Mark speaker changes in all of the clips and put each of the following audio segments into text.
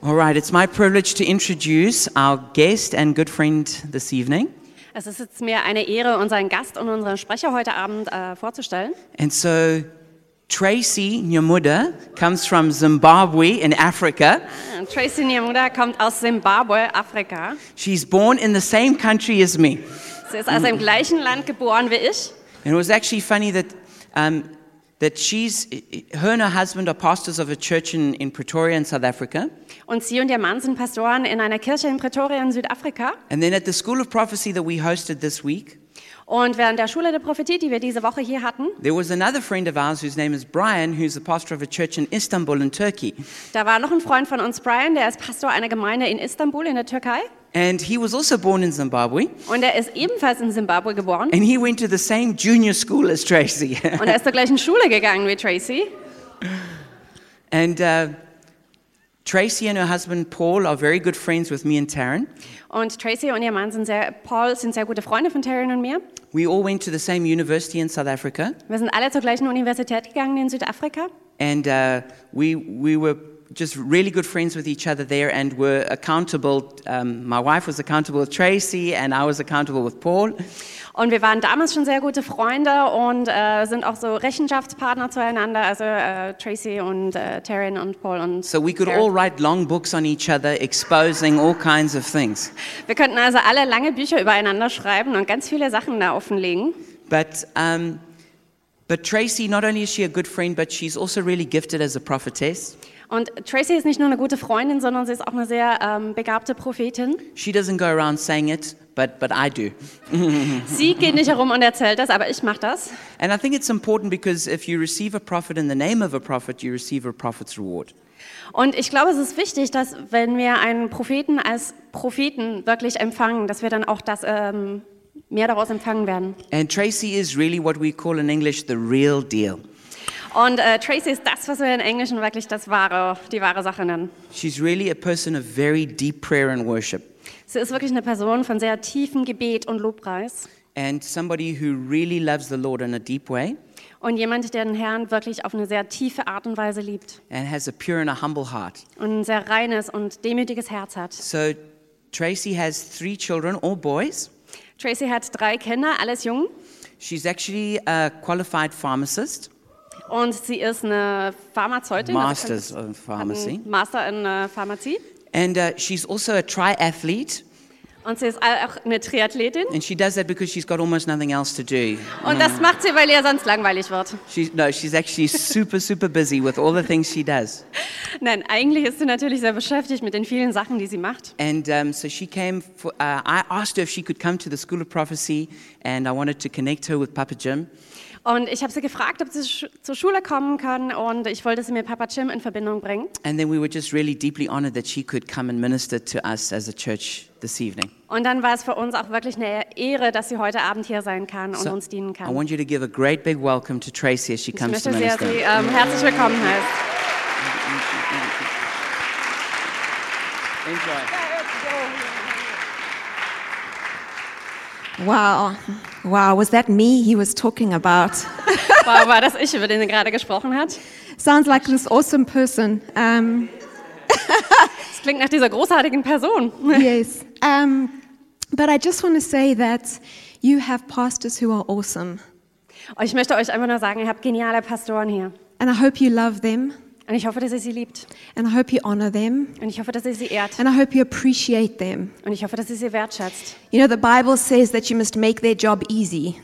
Speaker 1: All right, it's my privilege to introduce our guest and good friend this evening.
Speaker 2: Es ist jetzt mir eine Ehre, unseren Gast und unseren Sprecher heute Abend äh, vorzustellen.
Speaker 1: And so Tracy Nyamuda comes from Zimbabwe in Africa.
Speaker 2: Äh, Tracy Nyamuda kommt aus Simbabwe, Afrika.
Speaker 1: She's born in the same country as me.
Speaker 2: Sie ist also im gleichen Land geboren wie ich.
Speaker 1: And it was actually funny that, um, that she's, her and her husband are pastors of a church in, in Pretoria in South Africa.
Speaker 2: Und sie und ihr Mann sind Pastoren in einer Kirche in Pretoria in Südafrika.
Speaker 1: And then at the School of Prophecy that we hosted this week,
Speaker 2: Und während der Schule der Prophetie, die wir diese Woche hier hatten,
Speaker 1: there was another friend of ours whose name is Brian, who's the pastor of a church in Istanbul in Turkey.
Speaker 2: da war noch ein Freund von uns, Brian, der ist Pastor einer Gemeinde in Istanbul in der Türkei.
Speaker 1: And he was also born in Zimbabwe.
Speaker 2: Und er ist ebenfalls in Simbabwe geboren.
Speaker 1: And he went to the same junior school as Tracy.
Speaker 2: Und er ist zur gleichen Schule gegangen wie Tracy.
Speaker 1: and uh, Tracy and her husband Paul are very good friends with me and Taryn.
Speaker 2: Und Tracy und ihr Mann sind sehr, Paul sind sehr gute Freunde von Taryn und mir.
Speaker 1: We all went to the same university in South Africa.
Speaker 2: Wir sind alle zur gleichen Universität gegangen in Südafrika.
Speaker 1: And uh, we, we were just really good friends with each other there and were accountable. Um, my wife was accountable with Tracy, and I was accountable with Paul.
Speaker 2: Und wir waren damals schon sehr gute Freunde und äh, sind auch so Rechenschaftspartner zueinander, also äh, Tracy und äh, Taryn und Paul und
Speaker 1: So we could
Speaker 2: Jared.
Speaker 1: all write long books on each other, exposing all kinds of things.
Speaker 2: Wir könnten also alle lange Bücher übereinander schreiben und ganz viele Sachen da offenlegen.
Speaker 1: But, um, but Tracy, not only is she a good friend, but she's also really gifted as a prophetess.
Speaker 2: Und Tracy ist nicht nur eine gute Freundin, sondern sie ist auch eine sehr ähm, begabte Prophetin.
Speaker 1: She doesn't go around saying it, but, but I do.
Speaker 2: Sie geht nicht herum und erzählt das, aber ich mache das.
Speaker 1: And I think it's important because if you receive a prophet in the name of a prophet, you receive a prophet's reward.
Speaker 2: Und ich glaube, es ist wichtig, dass wenn wir einen Propheten als Propheten wirklich empfangen, dass wir dann auch das ähm, mehr daraus empfangen werden.
Speaker 1: And Tracy is really what we call in English the real deal.
Speaker 2: Und äh, Tracy ist das, was wir in Englischen wirklich das wahre, die wahre Sache nennen.
Speaker 1: She's really a person of very deep prayer and worship,
Speaker 2: Sie ist wirklich eine Person von sehr tiefem Gebet und Lobpreis
Speaker 1: and somebody who really loves the Lord in a deep way
Speaker 2: und jemand, der den Herrn wirklich auf eine sehr tiefe Art und Weise liebt
Speaker 1: and has a pure and a humble heart.
Speaker 2: und ein sehr reines und demütiges Herz hat.
Speaker 1: So Tracy has three children, all boys.
Speaker 2: Tracy hat drei Kinder, alles jung,
Speaker 1: She's actually a qualified pharmacist,
Speaker 2: und sie ist eine Pharmazeutin,
Speaker 1: Masters
Speaker 2: also
Speaker 1: of
Speaker 2: kann- hat
Speaker 1: Pharmacy,
Speaker 2: einen Master in äh, Pharmazie.
Speaker 1: and uh, she's also a triathlete.
Speaker 2: Und sie ist auch eine Triathletin.
Speaker 1: And she does that because she's got almost nothing else to do.
Speaker 2: Und das macht sie, weil ihr sonst langweilig wird.
Speaker 1: She's, no, she's actually super, super busy with all the things she does.
Speaker 2: Nein, eigentlich ist sie natürlich sehr beschäftigt mit den vielen Sachen, die sie macht.
Speaker 1: And um, so she came, for, uh, I asked her if she could come to the School of Prophecy, and I wanted to connect her with Papa Jim.
Speaker 2: Und ich habe sie gefragt, ob sie sch- zur Schule kommen kann. Und ich wollte sie mit Papa Jim in Verbindung bringen.
Speaker 1: And then we were just really deeply honored that she could come and minister to us as a church this evening.
Speaker 2: Und dann war es für uns auch wirklich eine Ehre, dass sie heute Abend hier sein kann und
Speaker 1: So
Speaker 2: uns dienen
Speaker 1: I
Speaker 2: kann.
Speaker 1: want you to give a great big welcome to Tracy as she
Speaker 2: Ich
Speaker 1: comes to
Speaker 2: möchte sehr
Speaker 1: minister.
Speaker 2: sie ähm, herzlich willkommen heißen.
Speaker 3: Wow. Wow. Ah, Was that me he was talking about?
Speaker 2: Wow, war das ich, über den sie gerade gesprochen hat.
Speaker 3: Sounds like this awesome person. Um,
Speaker 2: Das klingt nach dieser großartigen Person.
Speaker 3: yes. Um, but I just want to say that you have pastors who are awesome.
Speaker 2: Und ich möchte euch einfach nur sagen, ihr habt geniale Pastoren hier.
Speaker 3: And I hope you love them.
Speaker 2: Und ich hoffe, dass ihr sie liebt.
Speaker 3: And I hope you honor them.
Speaker 2: Und ich hoffe, dass ihr sie ehrt.
Speaker 3: And I hope you appreciate them.
Speaker 2: Und ich hoffe, dass ihr sie wertschätzt.
Speaker 3: You know, the Bible says that you must make their job easy.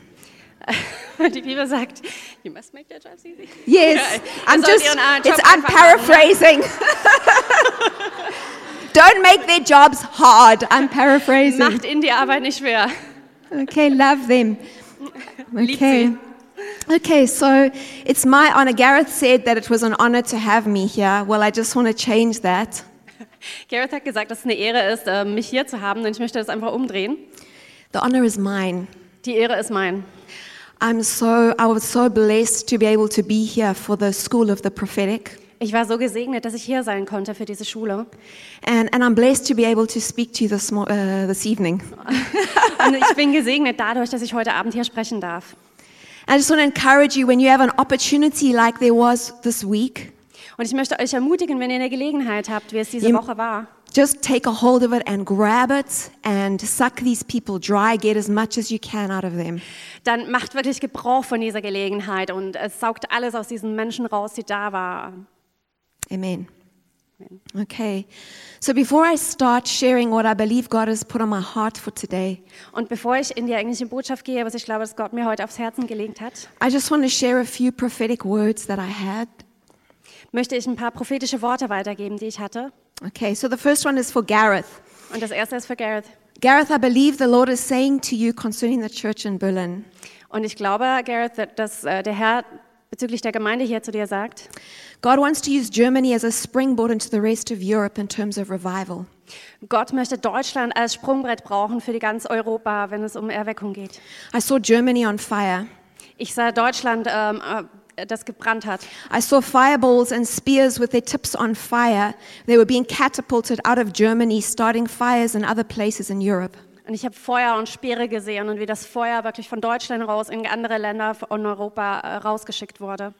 Speaker 2: Die Bibel sagt, you must make their jobs easy. Also
Speaker 3: Yes.
Speaker 2: Ja,
Speaker 3: I'm
Speaker 2: ihr sollt
Speaker 3: just,
Speaker 2: ihren ah, Job
Speaker 3: it's, I'm
Speaker 2: einfach machen. ne?
Speaker 3: paraphrasing. Don't make their jobs hard. I'm paraphrasing.
Speaker 2: Macht ihnen die Arbeit nicht schwer.
Speaker 3: Okay, love them.
Speaker 2: Liebsee.
Speaker 3: Okay. Okay, so it's my honor. Gareth said that it was an honor to have me here. Well, I just want to change that.
Speaker 2: Gareth hat gesagt, dass es eine Ehre ist, äh, mich hier zu haben und ich möchte das einfach umdrehen.
Speaker 3: The honor is mine.
Speaker 2: Die Ehre ist mein.
Speaker 3: I'm so I was so blessed to be able to be here for the School of the Prophetic.
Speaker 2: Ich war so gesegnet, dass ich hier sein konnte für diese Schule.
Speaker 3: And, and I'm blessed to be able to speak to you this, mo- uh, this evening.
Speaker 2: Und ich bin gesegnet dadurch, dass ich heute Abend hier sprechen darf.
Speaker 3: I just want to encourage you when you have an opportunity like there was this week,
Speaker 2: Und ich möchte euch ermutigen, wenn ihr eine Gelegenheit habt, wie es diese
Speaker 3: Ihr-
Speaker 2: Woche war,
Speaker 3: Just take a hold of it and grab it and suck these people dry. Get as much as you can out of them.
Speaker 2: dann macht wirklich Gebrauch von dieser Gelegenheit und es saugt alles aus diesen Menschen raus, die da waren.
Speaker 3: Amen. Okay. So before I start sharing what I believe God has put on my heart for today,
Speaker 2: Und bevor ich in die eigentliche Botschaft gehe, was ich glaube, dass Gott mir heute aufs Herzen gelegt hat,
Speaker 3: I just want to share a few prophetic words that I had.
Speaker 2: möchte ich ein paar prophetische Worte weitergeben, die ich hatte.
Speaker 3: Okay. So the first one is for Gareth.
Speaker 2: Und das erste ist für Gareth.
Speaker 3: Gareth, I believe the Lord is saying to you concerning the church in Berlin.
Speaker 2: Und ich glaube, Gareth, that- dass äh, der Herr bezüglich der Gemeinde hier zu dir sagt,
Speaker 3: God wants to use Germany as a springboard into the rest of Europe in terms of revival.
Speaker 2: Gott möchte Deutschland als Sprungbrett brauchen für die ganz Europa, wenn es um Erweckung geht.
Speaker 3: I saw Germany on fire.
Speaker 2: Ich sah Deutschland, ähm, äh, das gebrannt hat.
Speaker 3: I saw fireballs and spears with their tips on fire. They were being catapulted out of Germany, starting fires in other places in Europe.
Speaker 2: Und ich habe Feuer und Speere gesehen und wie das Feuer wirklich von Deutschland raus in andere Länder in Europa äh, rausgeschickt wurde.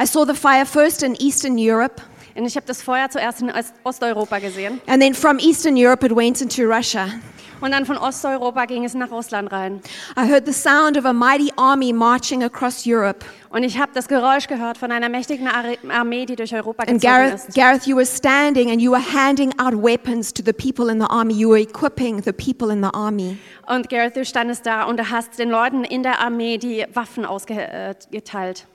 Speaker 3: I saw the fire first in Eastern Europe,
Speaker 2: Und ich habe das Feuer zuerst in Ost- Osteuropa gesehen
Speaker 3: and then from Eastern Europe it went into Russia.
Speaker 2: und dann von Osteuropa ging es nach Russland rein.
Speaker 3: I heard the sound of a mighty army marching across Europe.
Speaker 2: Und ich habe das Geräusch gehört von einer mächtigen Ar- Armee, die durch Europa
Speaker 3: And
Speaker 2: gezogen
Speaker 3: Gareth,
Speaker 2: ist.
Speaker 3: Gareth, you were standing and you were handing out weapons to the people in the army. You were equipping the people in the army.
Speaker 2: Und Gareth, du standest da und du hast den Leuten in der Armee die Waffen ausgeteilt.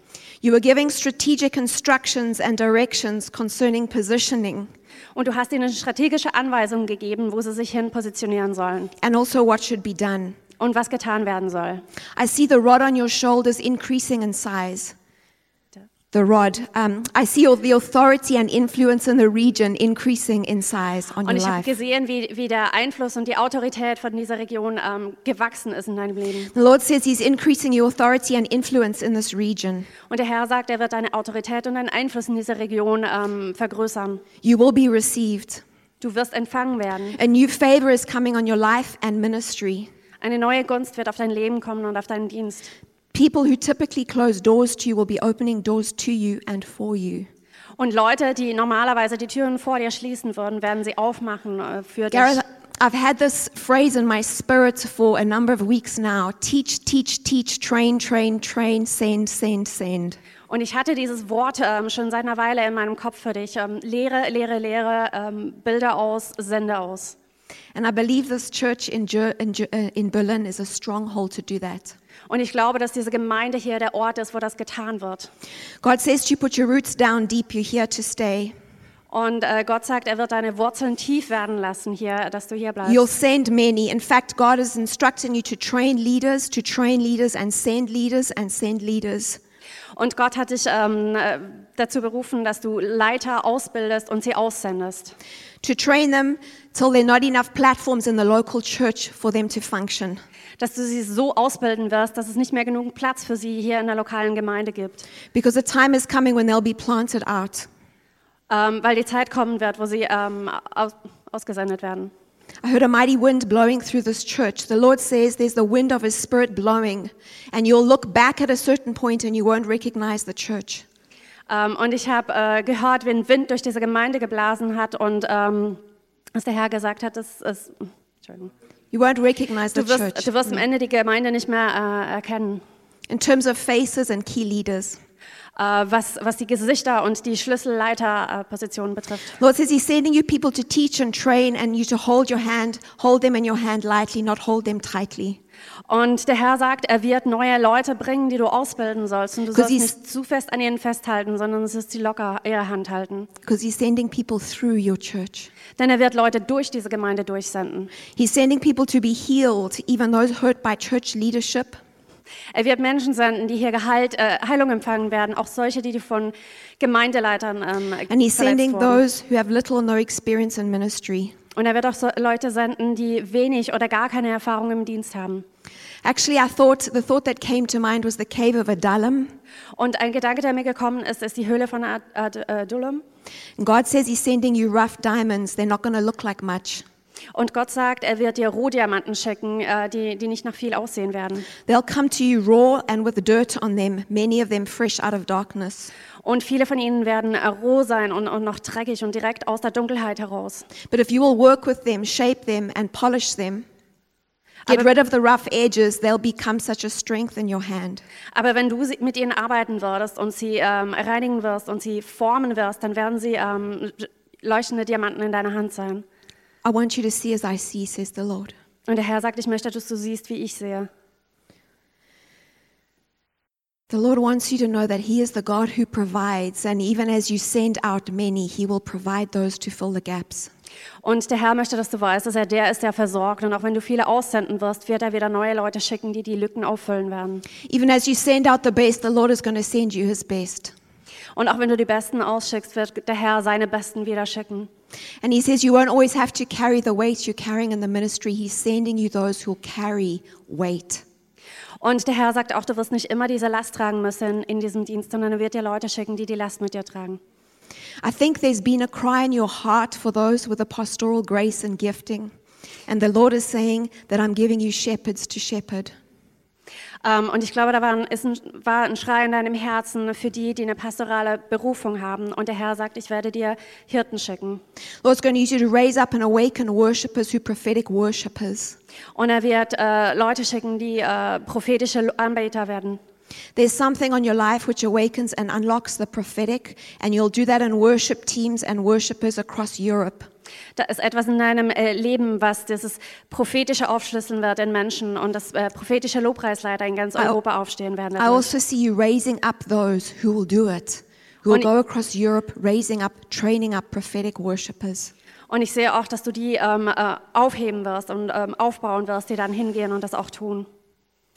Speaker 3: You were giving strategic instructions and directions concerning positioning
Speaker 2: Und du hast ihnen strategische Anweisungen gegeben, wo sie sich hin positionieren sollen
Speaker 3: and also what should be done.
Speaker 2: und was getan werden soll.
Speaker 3: I see the rod on your shoulders increasing in size. The rod. Um, I see all the authority and influence in the region increasing in size on
Speaker 2: Und
Speaker 3: your
Speaker 2: ich habe
Speaker 3: life.
Speaker 2: gesehen, wie, wie der Einfluss und die Autorität von dieser Region ähm, gewachsen ist in deinem Leben.
Speaker 3: The Lord says He's increasing your authority and influence in this region.
Speaker 2: Und der Herr sagt, er wird deine Autorität und deinen Einfluss in dieser Region ähm, vergrößern.
Speaker 3: You will be received.
Speaker 2: Du wirst empfangen werden.
Speaker 3: A new favor is coming on your life and ministry.
Speaker 2: Eine neue Gunst wird auf dein Leben kommen und auf deinen Dienst.
Speaker 3: People who typically close doors to you will be opening doors to you and for you.
Speaker 2: Und Leute, die normalerweise die Türen vor dir schließen würden, werden sie aufmachen äh, für dich.
Speaker 3: Gareth, I've had this phrase in my spirit for a number of weeks now teach, teach, teach, train, train, train, send, send, send.
Speaker 2: Und ich hatte dieses Wort ähm, schon seit einer Weile in meinem Kopf für dich. Ähm, Lehre, Lehre, Lehre, ähm, Bilder aus, Sende aus.
Speaker 3: And I believe this church in, Ger- in, Ger- uh, in Berlin is a stronghold to do that.
Speaker 2: Und ich glaube, dass diese Gemeinde hier der Ort ist, wo das getan wird.
Speaker 3: God says to you, put your roots down deep, you're here to stay.
Speaker 2: Und äh, Gott sagt, er wird deine Wurzeln tief werden lassen hier, dass du hier bleibst.
Speaker 3: You'll send many. In fact, God is instructing you to train leaders, to train leaders, and send leaders, and send leaders.
Speaker 2: Und Gott hat dich ähm, äh, dazu berufen, dass du Leiter ausbildest und sie aussendest.
Speaker 3: to train them till there are not enough platforms in the local church for them to function.
Speaker 2: Dass du sie so ausbilden wirst, dass es nicht mehr genug Platz für sie hier in der lokalen Gemeinde gibt.
Speaker 3: Because a time is coming when they'll be planted out.
Speaker 2: Ähm, weil die Zeit kommen wird, wo sie ähm, aus ausgesendet werden.
Speaker 3: I heard a mighty wind blowing through this church. The Lord says there's the wind of His Spirit blowing, and you'll look back at a certain point and you won't recognize the church.
Speaker 2: Ähm, und ich habe äh, gehört, wie ein Wind durch diese Gemeinde geblasen hat und ähm, dass der Herr gesagt hat, das ist, Entschuldigung.
Speaker 3: You won't recognize the
Speaker 2: du, wirst,
Speaker 3: church
Speaker 2: du wirst am Ende die Gemeinde nicht mehr äh, erkennen,
Speaker 3: in terms of faces and key leaders.
Speaker 2: äh, was, was die Gesichter und die Schlüsselleiterpositionen äh, Positionen betrifft.
Speaker 3: Lord says He's sending you people to teach and train and you to hold your hand, hold them in your hand lightly, not hold them tightly.
Speaker 2: Und der Herr sagt, er wird neue Leute bringen, die du ausbilden sollst. Und du
Speaker 3: Because
Speaker 2: sollst
Speaker 3: he's-
Speaker 2: nicht zu fest an ihnen festhalten, sondern es ist sie locker ihre Hand halten.
Speaker 3: Because He's sending people through your church.
Speaker 2: Denn er wird Leute durch diese Gemeinde durchsenden.
Speaker 3: He's sending people to be healed, even those hurt by church leadership.
Speaker 2: Er wird Menschen senden, die hier Gehalt, äh, Heilung empfangen werden, auch solche, die, die von Gemeindeleitern ähm,
Speaker 3: And
Speaker 2: verletzt
Speaker 3: he's sending
Speaker 2: wurden.
Speaker 3: those who have little or no experience in ministry.
Speaker 2: Und er wird auch so Leute senden, die wenig oder gar keine Erfahrung im Dienst haben.
Speaker 3: Actually, I thought the thought that came to mind was the cave of Adullam.
Speaker 2: Und ein Gedanke, der mir gekommen ist, ist die Höhle von Ad Ad äh, Adullam.
Speaker 3: And God says he's sending you rough diamonds. They're not going to look like much.
Speaker 2: Und Gott sagt, er wird dir Rohdiamanten schicken, äh, die, die nicht nach viel aussehen werden.
Speaker 3: They'll come to you raw and with dirt on them, many of them fresh out of darkness.
Speaker 2: Und viele von ihnen werden äh, roh sein und, und noch dreckig und direkt aus der Dunkelheit heraus.
Speaker 3: But if you will work with them, shape them, and polish them, get rid of the rough edges, they'll become such a strength in your hand.
Speaker 2: Aber wenn du sie- mit ihnen arbeiten würdest und sie ähm, reinigen wirst und sie formen wirst, dann werden sie ähm, leuchtende Diamanten in deiner Hand sein.
Speaker 3: I want you to see as I see, says the Lord.
Speaker 2: Und der Herr sagt, ich möchte, dass du siehst, wie ich sehe.
Speaker 3: The Lord wants you to know that He is the God who provides, and even as you send out many, He will provide those to fill the gaps.
Speaker 2: Und der Herr möchte, dass du weißt, dass er der ist, der versorgt. Und auch wenn du viele aussenden wirst, wird er wieder neue Leute schicken, die die Lücken auffüllen werden.
Speaker 3: Even as you send out the best, the Lord is going to send you His best.
Speaker 2: Und auch wenn du die Besten ausschickst, wird der Herr seine Besten wieder schicken.
Speaker 3: And He says you won't always have to carry the weight you're carrying in the ministry. He's sending you those who'll carry weight.
Speaker 2: Und der Herr sagt auch, du wirst nicht immer diese Last tragen müssen in diesem Dienst, sondern er wird dir Leute schicken, die die Last mit dir tragen.
Speaker 3: I think there's been a cry in your heart for those with a pastoral grace and gifting. And the Lord is saying that I'm giving you shepherds to shepherd.
Speaker 2: Ähm, und ich glaube, da war ein, ist ein, war ein Schrei in deinem Herzen für die, die eine pastorale Berufung haben. Und der Herr sagt, ich werde dir Hirten schicken.
Speaker 3: Lord's going to use you to raise up and awaken worshippers who prophetic worshippers.
Speaker 2: Und er wird äh, Leute schicken, die äh, prophetische Anbeter werden.
Speaker 3: There's something on your life which awakens and unlocks the prophetic, and you'll do that in worship teams and worshippers across Europe.
Speaker 2: Da ist etwas in deinem äh, Leben, was dieses prophetische aufschlüsseln wird in Menschen und das äh, prophetische Lobpreisleiter in ganz Europa aufstehen werden.
Speaker 3: I
Speaker 2: dadurch.
Speaker 3: also see you raising up those who will do it, who will
Speaker 2: Und-
Speaker 3: go across Europe, raising up, training up prophetic worshippers.
Speaker 2: Und ich sehe auch, dass du die ähm, äh, aufheben wirst und ähm, aufbauen wirst, die dann hingehen und das auch tun.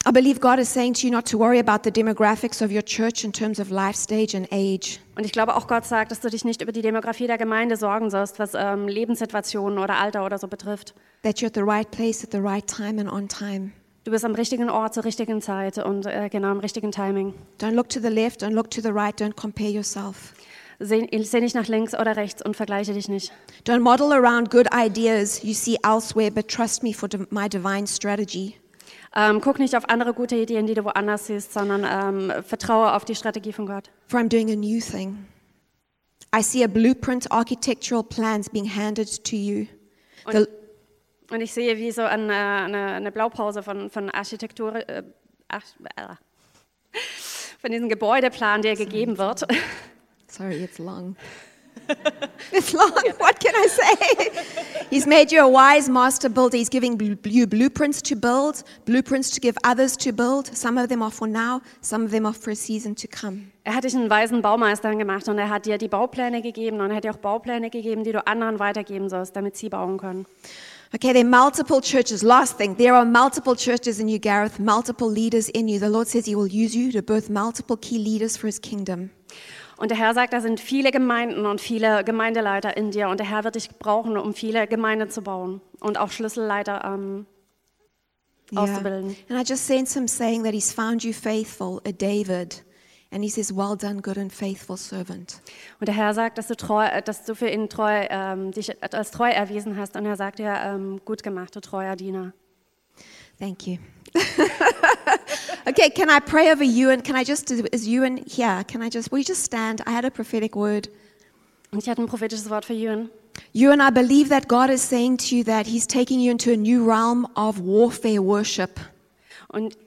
Speaker 3: I believe God is saying to you not to worry about the demographics of your church in terms of life stage and age.
Speaker 2: Und ich glaube auch, Gott sagt, dass du dich nicht über die Demografie der Gemeinde sorgen sollst, was ähm, Lebenssituationen oder Alter oder so betrifft.
Speaker 3: That you're at the right place at the right time and on time.
Speaker 2: Du bist am richtigen Ort zur richtigen Zeit und äh, genau im richtigen Timing.
Speaker 3: Don't look to the left, don't look to the right, don't compare yourself.
Speaker 2: Seh, seh nicht nach links oder rechts und vergleiche dich nicht.
Speaker 3: Don't model around good ideas you see elsewhere, but trust me for div- my divine strategy.
Speaker 2: Ähm, guck nicht auf andere gute Ideen, die du woanders siehst, sondern ähm, vertraue auf die Strategie von Gott.
Speaker 3: For I'm doing a new thing. I see a blueprint, architectural plans being handed to you. The,
Speaker 2: Und ich sehe wie so eine, eine, eine Blaupause von, von Architektur, äh, Arch, äh, von diesem Gebäudeplan, der gegeben wird.
Speaker 3: sorry, it's long. it's long. What can I say? He's made you a wise master builder. He's giving bl- you blueprints to build, blueprints to give others to build. Some of them are for now, some of them are for a season to come.
Speaker 2: Er hat dich einen weisen Baumeister gemacht und er hat dir die Baupläne gegeben und er hat dir auch Baupläne gegeben, die du anderen weitergeben sollst, damit sie bauen können.
Speaker 3: Okay, there are multiple churches. Last thing, there are multiple churches in you, Gareth, multiple leaders in you. The Lord says He will use you to birth multiple key leaders for His kingdom.
Speaker 2: Und der Herr sagt, da sind viele Gemeinden und viele Gemeindeleiter in dir und der Herr wird dich brauchen, um viele Gemeinden zu bauen und auch Schlüsselleiter ähm, auszubilden.
Speaker 3: And I just sense him saying that he's found you faithful, a David. And he says, Well done, good and faithful servant.
Speaker 2: Und der Herr sagt, dass du, treu, äh, dass du für ihn treu, ähm, dich als treu erwiesen hast. Und er sagt dir, ähm, gut gemacht, du treuer Diener.
Speaker 3: Thank you. okay, can I pray over you? And can I just, is you in here? Can I just, will you just stand? I had a prophetic word.
Speaker 2: Und ich hatte ein prophetisches Wort für Jürgen.
Speaker 3: You and I believe that God is saying to you that he's taking you into a new realm of warfare worship.
Speaker 2: Und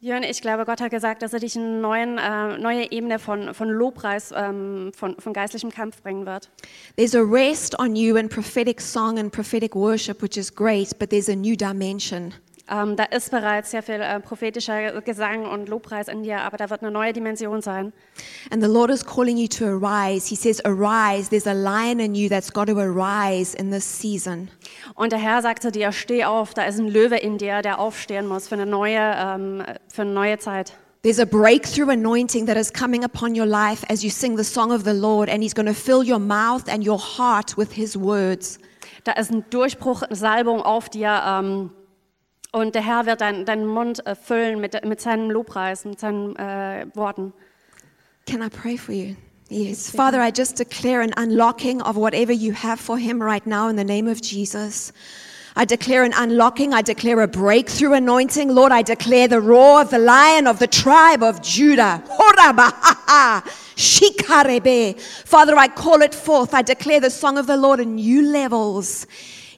Speaker 2: Jürgen, ich glaube, Gott hat gesagt, dass er dich in eine neuen, äh, neue Ebene von, von Lobpreis, ähm, von, von geistlichem Kampf bringen wird.
Speaker 3: There's a rest on you in prophetic song and prophetic worship, which is great, but there's a new dimension.
Speaker 2: Ähm, da ist bereits sehr viel äh, prophetischer Gesang und Lobpreis in dir, aber da wird eine neue Dimension sein.
Speaker 3: And the Lord is calling you to arise. He says, Arise. There's a lion in you that's got to arise in this season.
Speaker 2: Und der Herr sagt zu dir, steh auf, da ist ein Löwe in dir, der aufstehen muss für eine neue, ähm, für eine neue Zeit.
Speaker 3: There's a breakthrough anointing that is coming upon your life as you sing the song of the Lord, and He's going to fill your mouth and your heart with His words.
Speaker 2: Da ist ein Durchbruch, eine Salbung auf dir. Ähm, und der Herr wird dein, deinen Mund äh, füllen mit, mit seinem Lobpreis, mit seinen äh, Worten.
Speaker 3: Can I pray for you? Yes. Father, I just declare an unlocking of whatever you have for him right now in the name of Jesus. I declare an unlocking. I declare a breakthrough anointing. Lord, I declare the roar of the lion of the tribe of Judah. Horabahaha, shikarebe. Father, I call it forth. I declare the song of the Lord in new levels.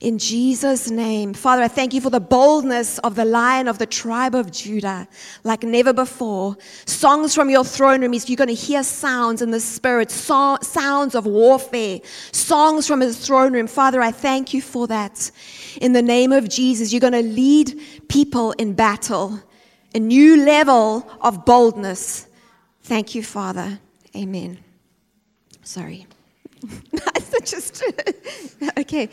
Speaker 3: In Jesus' name. Father, I thank you for the boldness of the lion of the tribe of Judah, like never before. Songs from your throne room is you're going to hear sounds in the spirit, so- sounds of warfare, songs from his throne room. Father, I thank you for that. In the name of Jesus, you're going to lead people in battle, a new level of boldness. Thank you, Father. Amen. Sorry. That's just okay.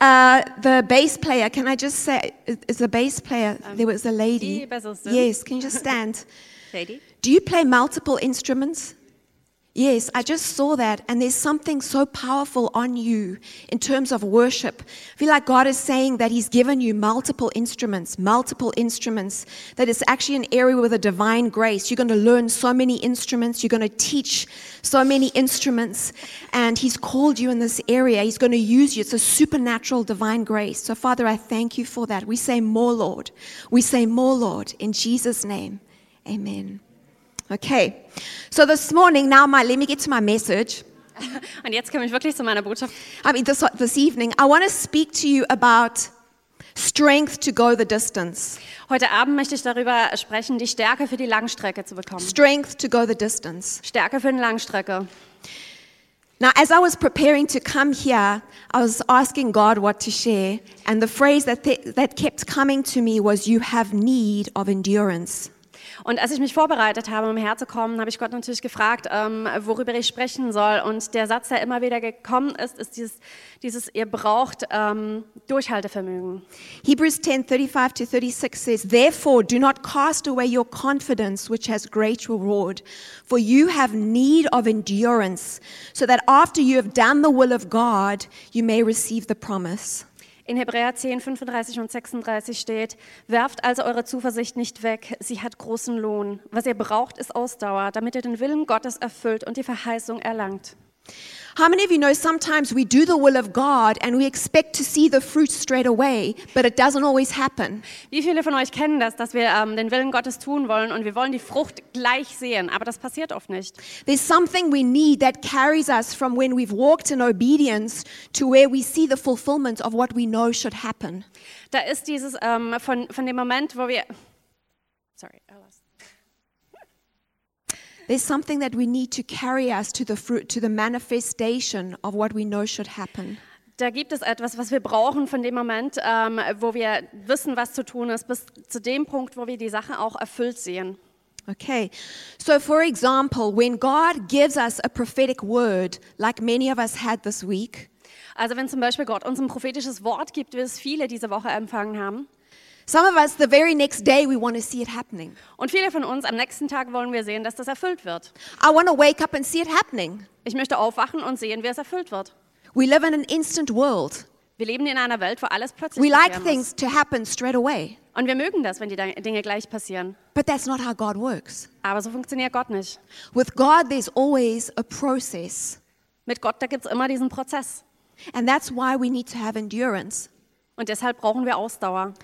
Speaker 3: Uh, the bass player, can I just say, is- is the bass player, there was a lady.
Speaker 2: die Bassistin.
Speaker 3: Yes, can you just stand?
Speaker 2: Lady?
Speaker 3: Do you play multiple instruments? Yes, I just saw that, and there's something so powerful on you in terms of worship. I feel like God is saying that He's given you multiple instruments, multiple instruments, that it's actually an area with a divine grace. You're going to learn so many instruments, you're going to teach so many instruments, and He's called you in this area. He's going to use you. It's a supernatural divine grace. So, Father, I thank you for that. We say more, Lord. We say more, Lord, in Jesus' name. Amen. Okay. So this morning, now my let me get to my message.
Speaker 2: Und jetzt komme ich wirklich zu meiner Botschaft.
Speaker 3: I mean, this this evening, I want to speak to you about strength to go the distance.
Speaker 2: Heute Abend möchte ich darüber sprechen, die Stärke für die Langstrecke zu bekommen.
Speaker 3: Strength to go the distance.
Speaker 2: Stärke für eine Langstrecke.
Speaker 3: Now, as I was preparing to come here, I was asking God what to share, and the phrase that th- that kept coming to me was, "You have need of endurance."
Speaker 2: Und als ich mich vorbereitet habe, um herzukommen, habe ich Gott natürlich gefragt, ähm, worüber ich sprechen soll. Und der Satz, der immer wieder gekommen ist, ist dieses, dieses ihr braucht ähm, Durchhaltevermögen.
Speaker 3: Hebrews 10:35 to 36 says, "Therefore do not cast away your confidence which has great reward, for you have need of endurance, so that after you have done the will of God, you may receive the promise."
Speaker 2: In Hebräer 10, 35 und 36 steht, werft also eure Zuversicht nicht weg, sie hat großen Lohn. Was ihr braucht, ist Ausdauer, damit ihr den Willen Gottes erfüllt und die Verheißung erlangt.
Speaker 3: How many of you know sometimes we do the will of God and we expect to see the fruit straight away, but it doesn't always happen.
Speaker 2: Wie viele von euch kennen das, dass wir ähm, den Willen Gottes tun wollen und wir wollen die Frucht gleich sehen, aber das passiert oft nicht.
Speaker 3: There's something we need that carries us from when we've walked in obedience to where we see the fulfillment of what we know should happen.
Speaker 2: Da ist dieses ähm, von, von dem Moment, wo wir. Sorry, I lost.
Speaker 3: There's something that we need to carry us to the fruit, to the manifestation of what we know should happen.
Speaker 2: Da gibt es etwas, was wir brauchen von dem Moment, ähm, wo wir wissen, was zu tun ist, bis zu dem Punkt, wo wir die Sache auch erfüllt sehen.
Speaker 3: Okay, so for example, when God gives us a prophetic word, like many of us had this week,
Speaker 2: Also wenn zum Beispiel Gott uns ein prophetisches Wort gibt, wie es viele diese Woche empfangen haben,
Speaker 3: some of us the very next day we want to see it happening.
Speaker 2: und viele von uns am nächsten Tag wollen wir sehen, dass das erfüllt wird.
Speaker 3: I want to wake up and see it happening.
Speaker 2: Ich möchte aufwachen und sehen, wie es erfüllt wird.
Speaker 3: We live in an instant world.
Speaker 2: Wir leben in einer Welt, wo alles plötzlich
Speaker 3: We like
Speaker 2: passieren muss.
Speaker 3: things to happen straight away,
Speaker 2: Und wir mögen das, wenn die Ding- Dinge gleich passieren.
Speaker 3: but that's not how God works.
Speaker 2: Aber so funktioniert Gott nicht.
Speaker 3: With God, there's always a process,
Speaker 2: Mit Gott, da gibt es immer diesen Prozess.
Speaker 3: and that's why we need to have endurance.
Speaker 2: Und deshalb brauchen wir Ausdauer.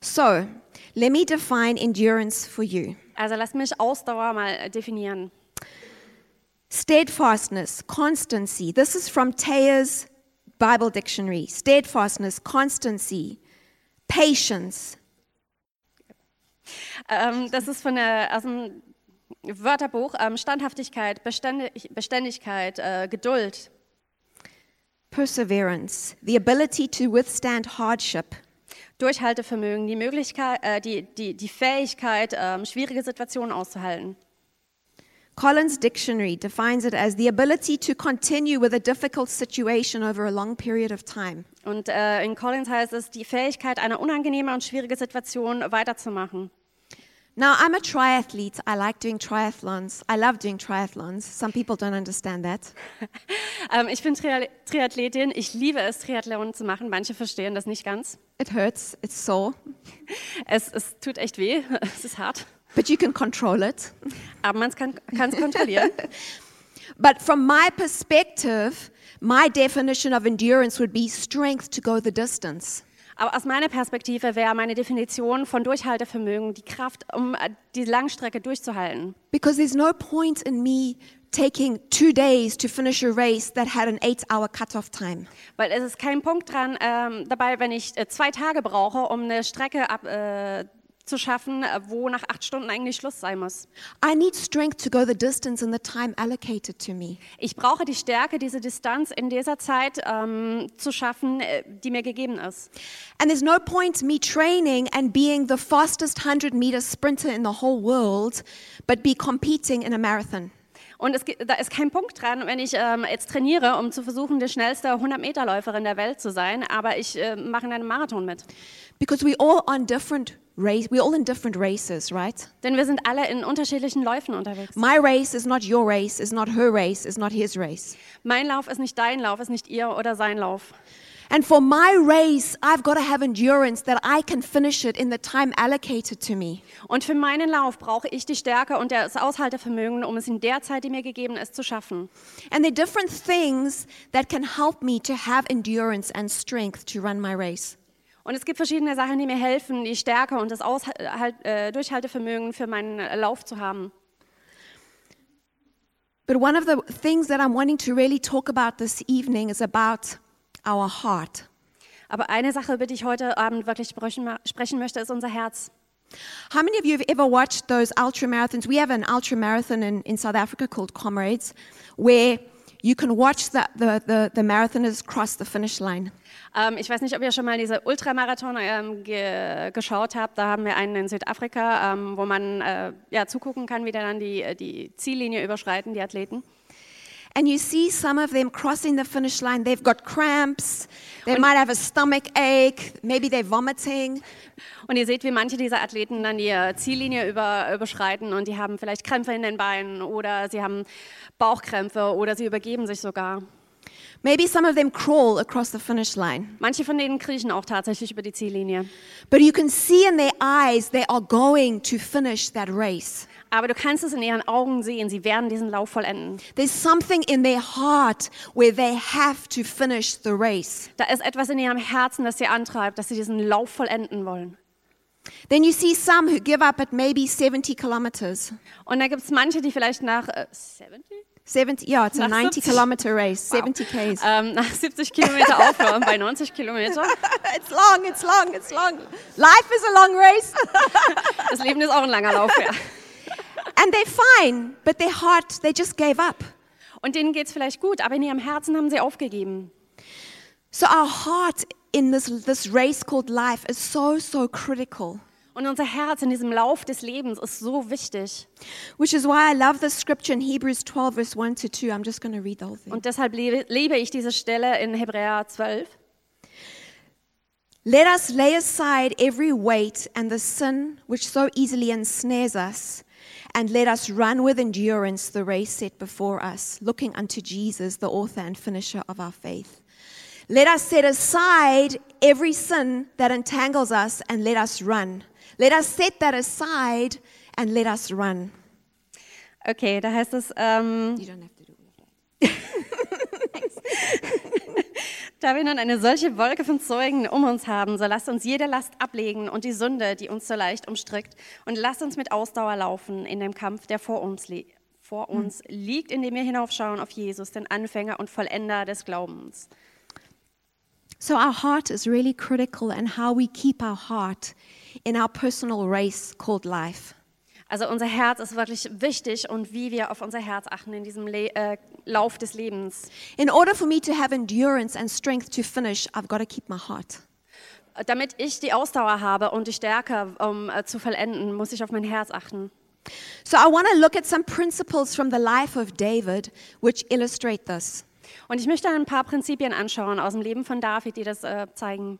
Speaker 3: So, let me define endurance for you
Speaker 2: Also lass mich Ausdauer mal definieren.
Speaker 3: steadfastness, constancy. This is from Taylor's Bible Dictionary steadfastness, constancy, patience,
Speaker 2: Ähm, das ist von der, aus dem Wörterbuch ähm, Standhaftigkeit, Beständig, Beständigkeit, äh, Geduld,
Speaker 3: perseverance, the ability to withstand hardship,
Speaker 2: Durchhaltevermögen, die Möglichkeit, äh, die, die, die Fähigkeit, ähm, schwierige Situationen auszuhalten.
Speaker 3: Collins Dictionary defines it as the ability to continue with a difficult situation over a long period of time.
Speaker 2: Und äh, in Collins heißt es, die Fähigkeit, eine unangenehme und schwierige Situation weiterzumachen.
Speaker 3: Now, I'm a triathlete. I like doing triathlons. I love doing triathlons. Some people don't understand that.
Speaker 2: Ähm, ich bin Trial Triathletin, ich liebe es, Triathlon zu machen. Manche verstehen das nicht ganz.
Speaker 3: It hurts, it's sore,
Speaker 2: Es, es tut echt weh, es ist hart,
Speaker 3: but you can control it.
Speaker 2: aber man kann es kontrollieren.
Speaker 3: But from my perspective, my definition of endurance would be strength to go the distance.
Speaker 2: Aber aus meiner Perspektive wäre meine Definition von Durchhaltevermögen die Kraft, um äh, die Langstrecke durchzuhalten.
Speaker 3: Because there's no point in me taking two days to finish a race that had an eight hour cutoff time.
Speaker 2: Weil es ist kein Punkt dran ähm, dabei, wenn ich äh, zwei Tage brauche, um eine Strecke ab, äh, zu schaffen, äh, wo nach acht Stunden eigentlich Schluss sein muss.
Speaker 3: I need strength to go the distance in the time allocated to me.
Speaker 2: Ich brauche die Stärke, diese Distanz in dieser Zeit ähm, zu schaffen, äh, die mir gegeben ist.
Speaker 3: And there's no point me training and being the fastest 100 meter sprinter in the whole world, but be competing in a marathon.
Speaker 2: Und es, gibt- da ist kein Punkt dran, wenn ich ähm, jetzt trainiere, um zu versuchen, die schnellste 100-Meter-Läuferin der Welt zu sein, aber ich äh, mache in einem Marathon mit.
Speaker 3: Because we all on different race, we're all in different races, right?
Speaker 2: Denn wir sind alle in unterschiedlichen Läufen unterwegs.
Speaker 3: My race is not your race, is not her race, is not his race.
Speaker 2: Mein Lauf ist nicht dein Lauf, ist nicht ihr oder sein Lauf.
Speaker 3: And for my race, I've got to have endurance that I can finish it in the time allocated to me.
Speaker 2: Und für meinen Lauf brauche ich die Stärke und das Aushaltevermögen, um es in der Zeit, die mir gegeben ist, zu schaffen.
Speaker 3: And there are different things that can help me to have endurance and strength to run my race.
Speaker 2: Und es gibt verschiedene Sachen, die mir helfen, die Stärke und das Aushalt, äh, Durchhaltevermögen für meinen Lauf zu haben.
Speaker 3: But one of the things that I'm wanting to really talk about this evening is about our heart.
Speaker 2: Aber eine Sache, über die ich heute Abend wirklich sprechen, sprechen möchte, ist unser Herz.
Speaker 3: How many of you have ever watched those ultra marathons? We have an ultra marathon in, in South Africa called Comrades, where you can watch the, the, the, the marathoners cross the finish line.
Speaker 2: Ähm, ich weiß nicht, ob ihr schon mal diese Ultramarathon ähm, ge geschaut habt. Da haben wir einen in Südafrika, ähm, wo man äh, ja, zugucken kann, wie dann die, äh, die Ziellinie überschreiten, die Athleten.
Speaker 3: And you see some of them crossing the finish line. They've got cramps. They might have a stomach ache. Maybe they're vomiting.
Speaker 2: Und ihr seht, wie manche dieser Athleten dann die äh, Ziellinie über, überschreiten und die haben vielleicht Krämpfe in den Beinen oder sie haben Bauchkrämpfe oder sie übergeben sich sogar.
Speaker 3: Maybe some of them crawl across the finish line.
Speaker 2: Manche von denen kriechen auch tatsächlich über die Ziellinie.
Speaker 3: But you can see in their eyes they are going to finish that race.
Speaker 2: Aber du kannst es in ihren Augen sehen, sie werden diesen Lauf vollenden.
Speaker 3: There's something in their heart where they have to finish the race.
Speaker 2: Da ist etwas in ihrem Herzen, das sie antreibt, dass sie diesen Lauf vollenden wollen.
Speaker 3: Then you see some who give up at maybe 70 kilometers.
Speaker 2: Und da gibt es manche, die vielleicht nach, äh, 70?
Speaker 3: 70, yeah, it's a
Speaker 2: Nach
Speaker 3: 90
Speaker 2: 70.
Speaker 3: kilometer race, 70 Ks.
Speaker 2: Ähm, nach 70 Kilometer aufhören, bei 90 Kilometer.
Speaker 3: it's long, it's long, it's long. Life is a long race.
Speaker 2: Das Leben ist auch ein langer Lauf, ja.
Speaker 3: And they're fine, but their heart, they just gave up.
Speaker 2: Und denen geht es vielleicht gut, aber in ihrem Herzen haben sie aufgegeben.
Speaker 3: So our heart in this, this race called life is so, so critical,
Speaker 2: Und unser Herz in diesem Lauf des Lebens ist so wichtig.
Speaker 3: which is why I love this scripture in Hebrews 12, verse 1 to 2. I'm just going to read the whole thing.
Speaker 2: Und deshalb lebe, lebe ich diese Stelle in Hebräer 12.
Speaker 3: Let us lay aside every weight and the sin which so easily ensnares us, and let us run with endurance the race set before us, looking unto Jesus, the author and finisher of our faith. Let us set aside every sin that entangles us, and let us run. Let us set that aside and let us run.
Speaker 2: Okay, da heißt es, ähm,
Speaker 3: You don't have to do it.
Speaker 2: da wir nun eine solche Wolke von Zeugen um uns haben, so lasst uns jede Last ablegen und die Sünde, die uns so leicht umstrickt, und lasst uns mit Ausdauer laufen in dem Kampf, der vor uns, li vor uns liegt, indem wir hinaufschauen auf Jesus, den Anfänger und Vollender des Glaubens.
Speaker 3: So, our heart is really critical, and how we keep our heart in our personal race called life.
Speaker 2: Also unser Herz ist wirklich wichtig und wie wir auf unser Herz achten in diesem Le äh, Lauf des Lebens.
Speaker 3: In order for me to have endurance and strength to finish, I've got to keep my heart.
Speaker 2: Damit ich die Ausdauer habe und die Stärke, um äh, zu vollenden, muss ich auf mein Herz achten.
Speaker 3: So I want to look at some principles from the life of David which illustrate this.
Speaker 2: Und ich möchte ein paar Prinzipien anschauen aus dem Leben von David, die das äh, zeigen.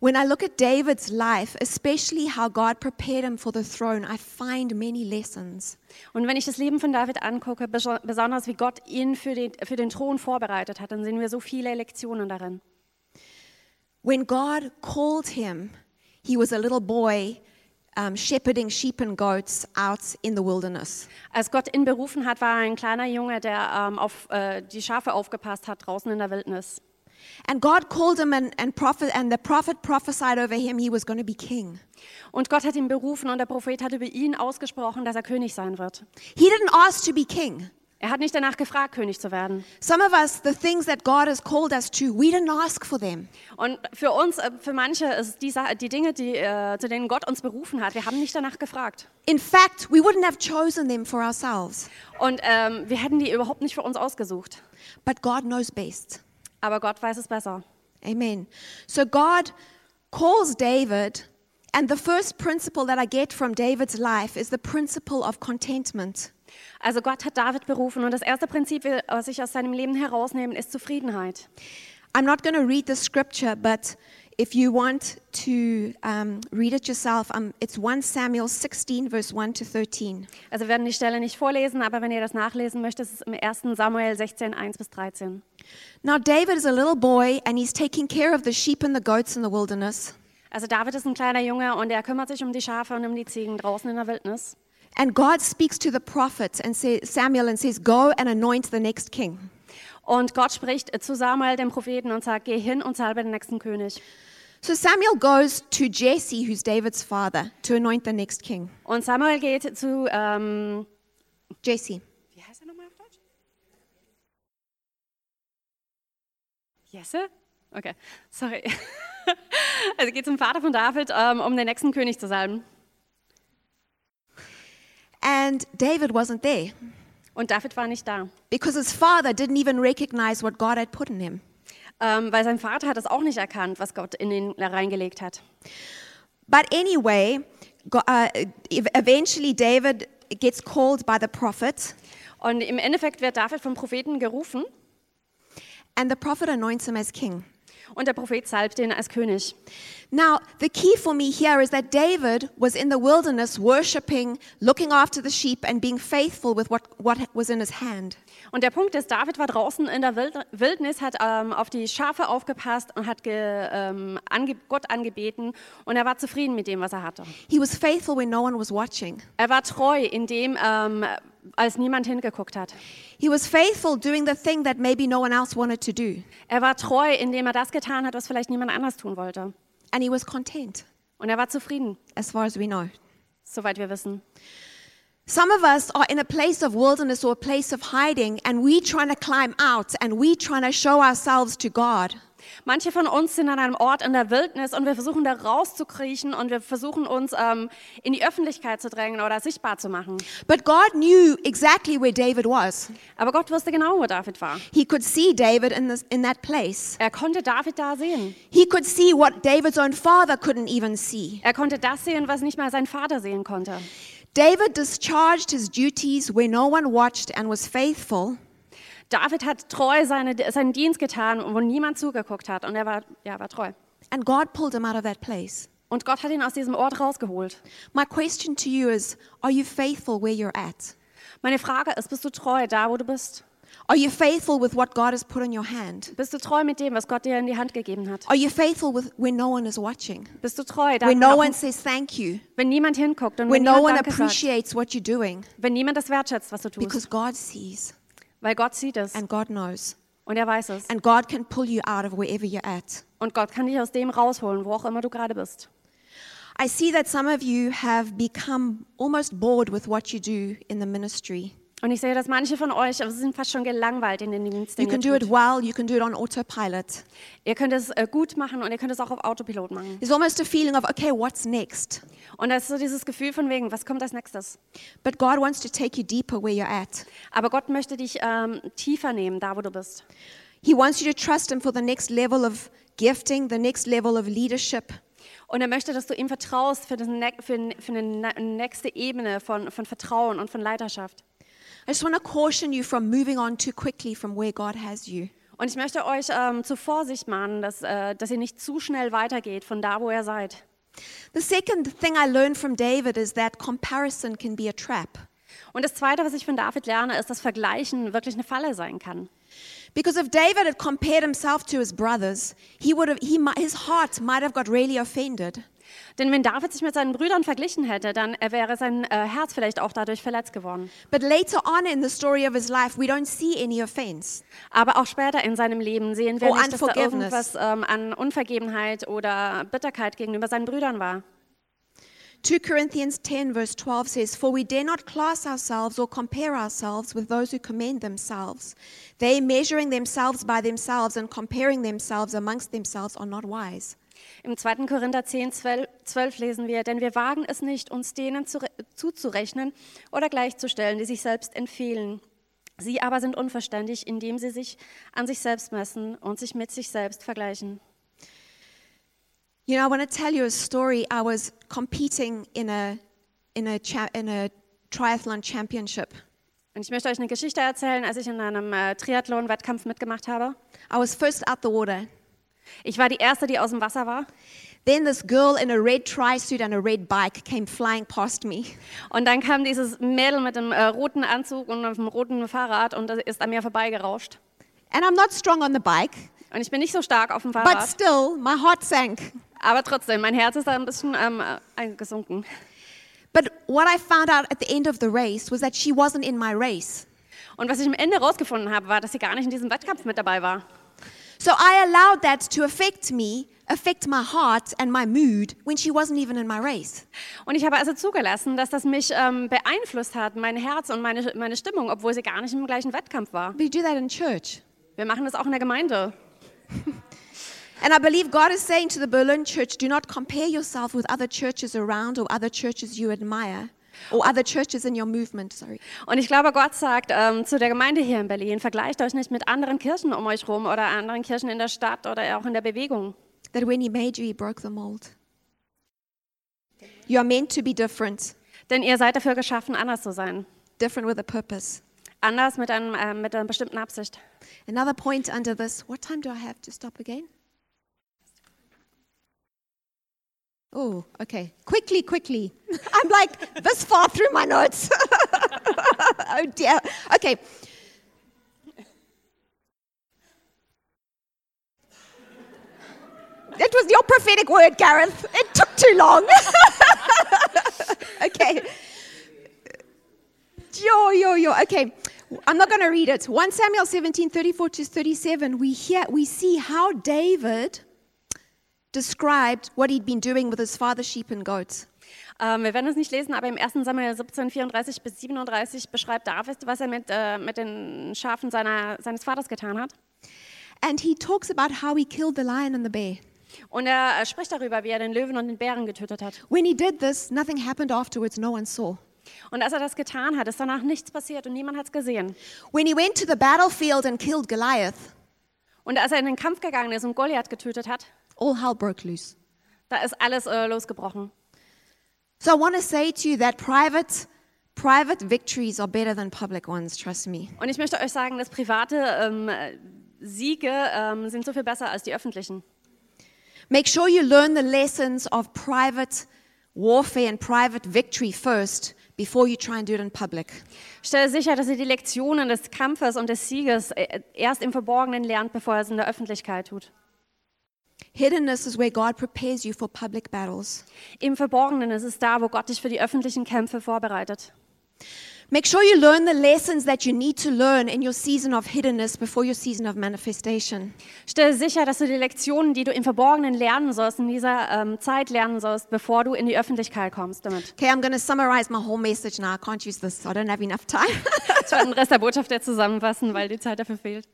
Speaker 3: When I look at David's life, especially how God prepared him for the throne, I find many lessons.
Speaker 2: Und wenn ich das Leben von David angucke, beso- besonders wie Gott ihn für den, für den Thron vorbereitet hat, dann sehen wir so viele Lektionen darin.
Speaker 3: When God called him, he was a little boy um, shepherding sheep and goats out in the wilderness.
Speaker 2: Als Gott ihn berufen hat, war er ein kleiner Junge, der ähm, auf äh, die Schafe aufgepasst hat draußen in der Wildnis.
Speaker 3: And God called him and, and prophet and the prophet prophesied over him he was going to be king.
Speaker 2: Und Gott hat ihn berufen und der Prophet hat über ihn ausgesprochen, dass er König sein wird.
Speaker 3: He didn't ask to be king.
Speaker 2: Er hat nicht danach gefragt, König zu werden.
Speaker 3: Some of us, the things that God has called us to, we didn't ask for them.
Speaker 2: Und für uns, äh, für manche, ist es die, Sa- die Dinge, die, äh, zu denen Gott uns berufen hat, wir haben nicht danach gefragt.
Speaker 3: In fact, we wouldn't have chosen them for ourselves.
Speaker 2: Und ähm, wir hätten die überhaupt nicht für uns ausgesucht.
Speaker 3: But God knows best.
Speaker 2: Aber Gott weiß es besser.
Speaker 3: Amen. So God calls David, and the first principle that I get from David's life is the principle of contentment.
Speaker 2: Also Gott hat David berufen und das erste Prinzip, was ich aus seinem Leben herausnehmen, ist Zufriedenheit.
Speaker 3: I'm not going to read the scripture, but if you want to um, read it yourself, um, it's 1 Samuel 16, verse 1 to 13.
Speaker 2: Also wir werden die Stelle nicht vorlesen, aber wenn ihr das nachlesen möchtet, ist es im 1. Samuel 16, 1 bis 13.
Speaker 3: Now, David is a little boy, and he's taking care of the sheep and the goats in the wilderness.
Speaker 2: Also David ist ein kleiner Junge und er kümmert sich um die Schafe und um die Ziegen draußen in der Wildnis.
Speaker 3: And God speaks to the prophet and say, Samuel and says, Go and anoint the next king.
Speaker 2: Und Gott spricht zu Samuel, dem Propheten, und sagt, geh hin und salbe den nächsten König.
Speaker 3: So Samuel goes to Jesse, who's David's father, to anoint the next king.
Speaker 2: Und Samuel geht zu, ähm,
Speaker 3: Jesse.
Speaker 2: wie heißt er nochmal auf Deutsch? Jesse? Okay, sorry. Also geht zum Vater von David, ähm, um den nächsten König zu salben.
Speaker 3: And David wasn't there
Speaker 2: Und David war nicht da,
Speaker 3: because his father didn't even recognize what God had put in him.
Speaker 2: ähm, weil sein Vater hat es auch nicht erkannt, was Gott in ihn reingelegt hat.
Speaker 3: But anyway, go- uh, ev- eventually David gets called by the prophet,
Speaker 2: Und im Endeffekt wird David vom Propheten gerufen
Speaker 3: and the prophet anoints him as king.
Speaker 2: und der Prophet salbt ihn als König.
Speaker 3: Now, the key for me here is that David was in the wilderness worshiping, looking after the sheep, and being faithful with what, what was in his hand.
Speaker 2: Und der Punkt ist, David war draußen in der Wild Wildnis, hat ähm, auf die Schafe aufgepasst und hat ge, ähm, ange Gott angebeten und er war zufrieden mit dem, was er hatte.
Speaker 3: He was faithful when no one was watching.
Speaker 2: Er war treu in dem, ähm, als niemand hingeguckt hat.
Speaker 3: He was faithful doing the thing that maybe no one else wanted to do,
Speaker 2: Er war treu, indem er das getan hat, was vielleicht niemand anders tun wollte.
Speaker 3: and he was content,
Speaker 2: Und er war zufrieden,
Speaker 3: as far as we know.
Speaker 2: soweit wir wissen.
Speaker 3: Some of us are in a place of wilderness or a place of hiding, and we trying to climb out and we trying to show ourselves to God.
Speaker 2: Manche von uns sind an einem Ort in der Wildnis und wir versuchen da rauszukriechen und wir versuchen uns ähm, in die Öffentlichkeit zu drängen oder sichtbar zu machen.
Speaker 3: But God knew exactly where David was.
Speaker 2: Aber Gott wusste genau, wo David war.
Speaker 3: He could see David in, this, in that place.
Speaker 2: Er konnte David da sehen.
Speaker 3: He could see what David's own father couldn't even see.
Speaker 2: Er konnte das sehen, was nicht mal sein Vater sehen konnte.
Speaker 3: David discharged his duties where no one watched and was faithful.
Speaker 2: David hat treu seine, seinen Dienst getan, wo niemand zugeguckt hat. Und er war, ja, war treu.
Speaker 3: And God pulled him out of that place.
Speaker 2: Und Gott hat ihn aus diesem Ort rausgeholt.
Speaker 3: My question to you is Are you faithful where you're at?
Speaker 2: Meine Frage ist, bist du treu da, wo du bist?
Speaker 3: Are you faithful with what God has put in your hand?
Speaker 2: Bist du treu mit dem, was Gott dir in die Hand gegeben hat?
Speaker 3: Are you faithful with when no one is watching?
Speaker 2: Bist du treu da,
Speaker 3: When
Speaker 2: wo
Speaker 3: no
Speaker 2: noch-
Speaker 3: one says thank you?
Speaker 2: wenn niemand hinguckt und
Speaker 3: When
Speaker 2: wenn,
Speaker 3: no one
Speaker 2: niemand Danke sagt,
Speaker 3: appreciates what you're doing?
Speaker 2: wenn niemand das wertschätzt, was du tust?
Speaker 3: Because God sees
Speaker 2: Weil Gott sieht es
Speaker 3: and God knows.
Speaker 2: und er weiß es.
Speaker 3: And God can pull you out of wherever you're at.
Speaker 2: Und Gott kann dich aus dem rausholen, wo auch immer du gerade bist.
Speaker 3: I see that some of you have become almost bored with what you do in the ministry.
Speaker 2: Und ich sehe, dass manche von euch aber sie sind fast schon gelangweilt in den Dienst.
Speaker 3: You
Speaker 2: Den
Speaker 3: can do
Speaker 2: ihr,
Speaker 3: it
Speaker 2: tut.
Speaker 3: well, you can do it on autopilot.
Speaker 2: ihr könnt es äh, gut machen und ihr könnt es auch auf Autopilot machen.
Speaker 3: There's almost a feeling of, okay, what's next?
Speaker 2: Und das ist so dieses Gefühl von wegen, was kommt als nächstes?
Speaker 3: But God wants to take you deeper where you're at.
Speaker 2: Aber Gott möchte dich ähm, tiefer nehmen, da wo du bist.
Speaker 3: He wants you to trust Him for the next level of gifting, the next level of leadership.
Speaker 2: Und er möchte, dass du ihm vertraust für, das, ne- für, ne- für eine ne- nächste Ebene von, von Vertrauen und von Leiterschaft.
Speaker 3: I just want to caution you from moving on too quickly from where God has you.
Speaker 2: Und ich möchte euch ähm, zur Vorsicht mahnen, dass, äh, dass ihr nicht zu schnell weitergeht von da, wo ihr seid.
Speaker 3: The second thing I learned from David is that comparison can be a trap.
Speaker 2: Und das Zweite, was ich von David lerne, ist, dass Vergleichen wirklich eine Falle sein kann.
Speaker 3: Because if David had compared himself to his brothers, he would have, he might, his heart might have got really offended.
Speaker 2: Denn wenn David sich mit seinen Brüdern verglichen hätte, dann äh, wäre sein äh, Herz vielleicht auch dadurch verletzt geworden.
Speaker 3: But later on in the story of his life, we don't see any offense.
Speaker 2: Aber auch später in seinem Leben sehen wir
Speaker 3: Oh,
Speaker 2: nicht, dass da
Speaker 3: unforgiveness.
Speaker 2: irgendwas ähm, an Unvergebenheit oder Bitterkeit gegenüber seinen Brüdern war.
Speaker 3: 2 Corinthians 10, verse 12 says, For we dare not class ourselves or compare ourselves with those who commend themselves. They, measuring themselves by themselves and comparing themselves amongst themselves, are not wise.
Speaker 2: Im 2. Korinther 10, 12 lesen wir, denn wir wagen es nicht, uns denen zu, zuzurechnen oder gleichzustellen, die sich selbst empfehlen. Sie aber sind unverständig, indem sie sich an sich selbst messen und sich mit sich selbst vergleichen.
Speaker 3: You know, I want to tell you a story. I was competing in a, in a, cha- in a triathlon championship.
Speaker 2: Und ich möchte euch eine Geschichte erzählen, als ich in einem äh, Triathlon-Wettkampf mitgemacht habe.
Speaker 3: I was first out the water.
Speaker 2: Ich war die Erste, die aus dem Wasser war.
Speaker 3: Then this girl in a red tri-suit and a red bike came flying past me.
Speaker 2: Und dann kam dieses Mädel mit dem äh, roten Anzug und dem roten Fahrrad und ist an mir vorbeigerauscht.
Speaker 3: And I'm not strong on the bike,
Speaker 2: Und ich bin nicht so stark auf dem
Speaker 3: but
Speaker 2: Fahrrad,
Speaker 3: still, my heart sank.
Speaker 2: aber trotzdem, mein Herz ist da ein bisschen ähm, äh, eingesunken.
Speaker 3: But what I found out at the end of the race was that she wasn't in my race.
Speaker 2: Und was ich am Ende rausgefunden habe, war, dass sie gar nicht in diesem Wettkampf mit dabei war.
Speaker 3: So I allowed that to affect me, affect my heart and my mood when she wasn't even in my race.
Speaker 2: Und ich habe also zugelassen, dass das mich ähm, beeinflusst hat, mein Herz und meine, meine Stimmung, obwohl sie gar nicht im gleichen Wettkampf war.
Speaker 3: We do that in church.
Speaker 2: Wir machen das auch in der Gemeinde.
Speaker 3: And I believe God is saying to the Berlin church do not compare yourself with other churches around or other churches you admire or other churches in your movement. Sorry.
Speaker 2: Und ich glaube, Gott sagt ähm, zu der Gemeinde hier in Berlin, vergleicht euch nicht mit anderen Kirchen um euch rum oder anderen Kirchen in der Stadt oder auch in der Bewegung.
Speaker 3: That when He made you, He broke the mold. You are meant to be different,
Speaker 2: Denn ihr seid dafür geschaffen, anders zu sein.
Speaker 3: different with a purpose.
Speaker 2: Anders mit, einem, äh, mit einer bestimmten Absicht.
Speaker 3: Another point under this. What time do I have to stop again? Oh, okay. Quickly, quickly. I'm like this far through my notes. oh dear. Okay. That was your prophetic word, Gareth. It took too long. okay. Yo, yo, yo. Okay. I'm not going to read it. 1 Samuel 17, 34 to 37, we, hear, we see how David described what he'd been doing with his father's sheep and goats.
Speaker 2: Ähm, wir werden es nicht lesen, aber im 1. Samuel 17, 34 bis 37 beschreibt David, was er mit, äh, mit den Schafen seiner, seines Vaters getan hat.
Speaker 3: And he talks about how he killed the lion and the bear.
Speaker 2: Und er äh, spricht darüber, wie er den Löwen und den Bären getötet hat.
Speaker 3: When he did this, nothing happened afterwards, no one saw.
Speaker 2: Und als er das getan hat, ist danach nichts passiert und niemand hat es gesehen.
Speaker 3: When he went to the battlefield and killed Goliath,
Speaker 2: Und als er in den Kampf gegangen ist und Goliath getötet hat,
Speaker 3: all hell broke loose.
Speaker 2: da ist alles äh, losgebrochen.
Speaker 3: So I want to say to you that private, private victories are better than public ones, trust me.
Speaker 2: Und ich möchte euch sagen, dass private ähm, Siege ähm, sind so viel besser als die öffentlichen.
Speaker 3: Make sure you learn the lessons of private warfare and private victory first before you try and do it in public.
Speaker 2: Stelle sicher, dass ihr die Lektionen des Kampfes und des Sieges äh, erst im Verborgenen lernt, bevor ihr es in der Öffentlichkeit tut.
Speaker 3: Hiddenness is where God prepares you for public battles.
Speaker 2: Im Verborgenen ist es da, wo Gott dich für die öffentlichen Kämpfe vorbereitet.
Speaker 3: Make sure you learn the lessons that you need to learn in your season of hiddenness before your season of manifestation.
Speaker 2: Stelle sicher, dass du die Lektionen, die du im Verborgenen lernen sollst, in dieser ähm, Zeit lernen sollst, bevor du in die Öffentlichkeit kommst damit.
Speaker 3: Okay, I'm going to summarize my whole message now. I can't use this, I don't have enough time.
Speaker 2: Ich werde den Rest der Botschaft jetzt zusammenfassen, weil die Zeit dafür fehlt.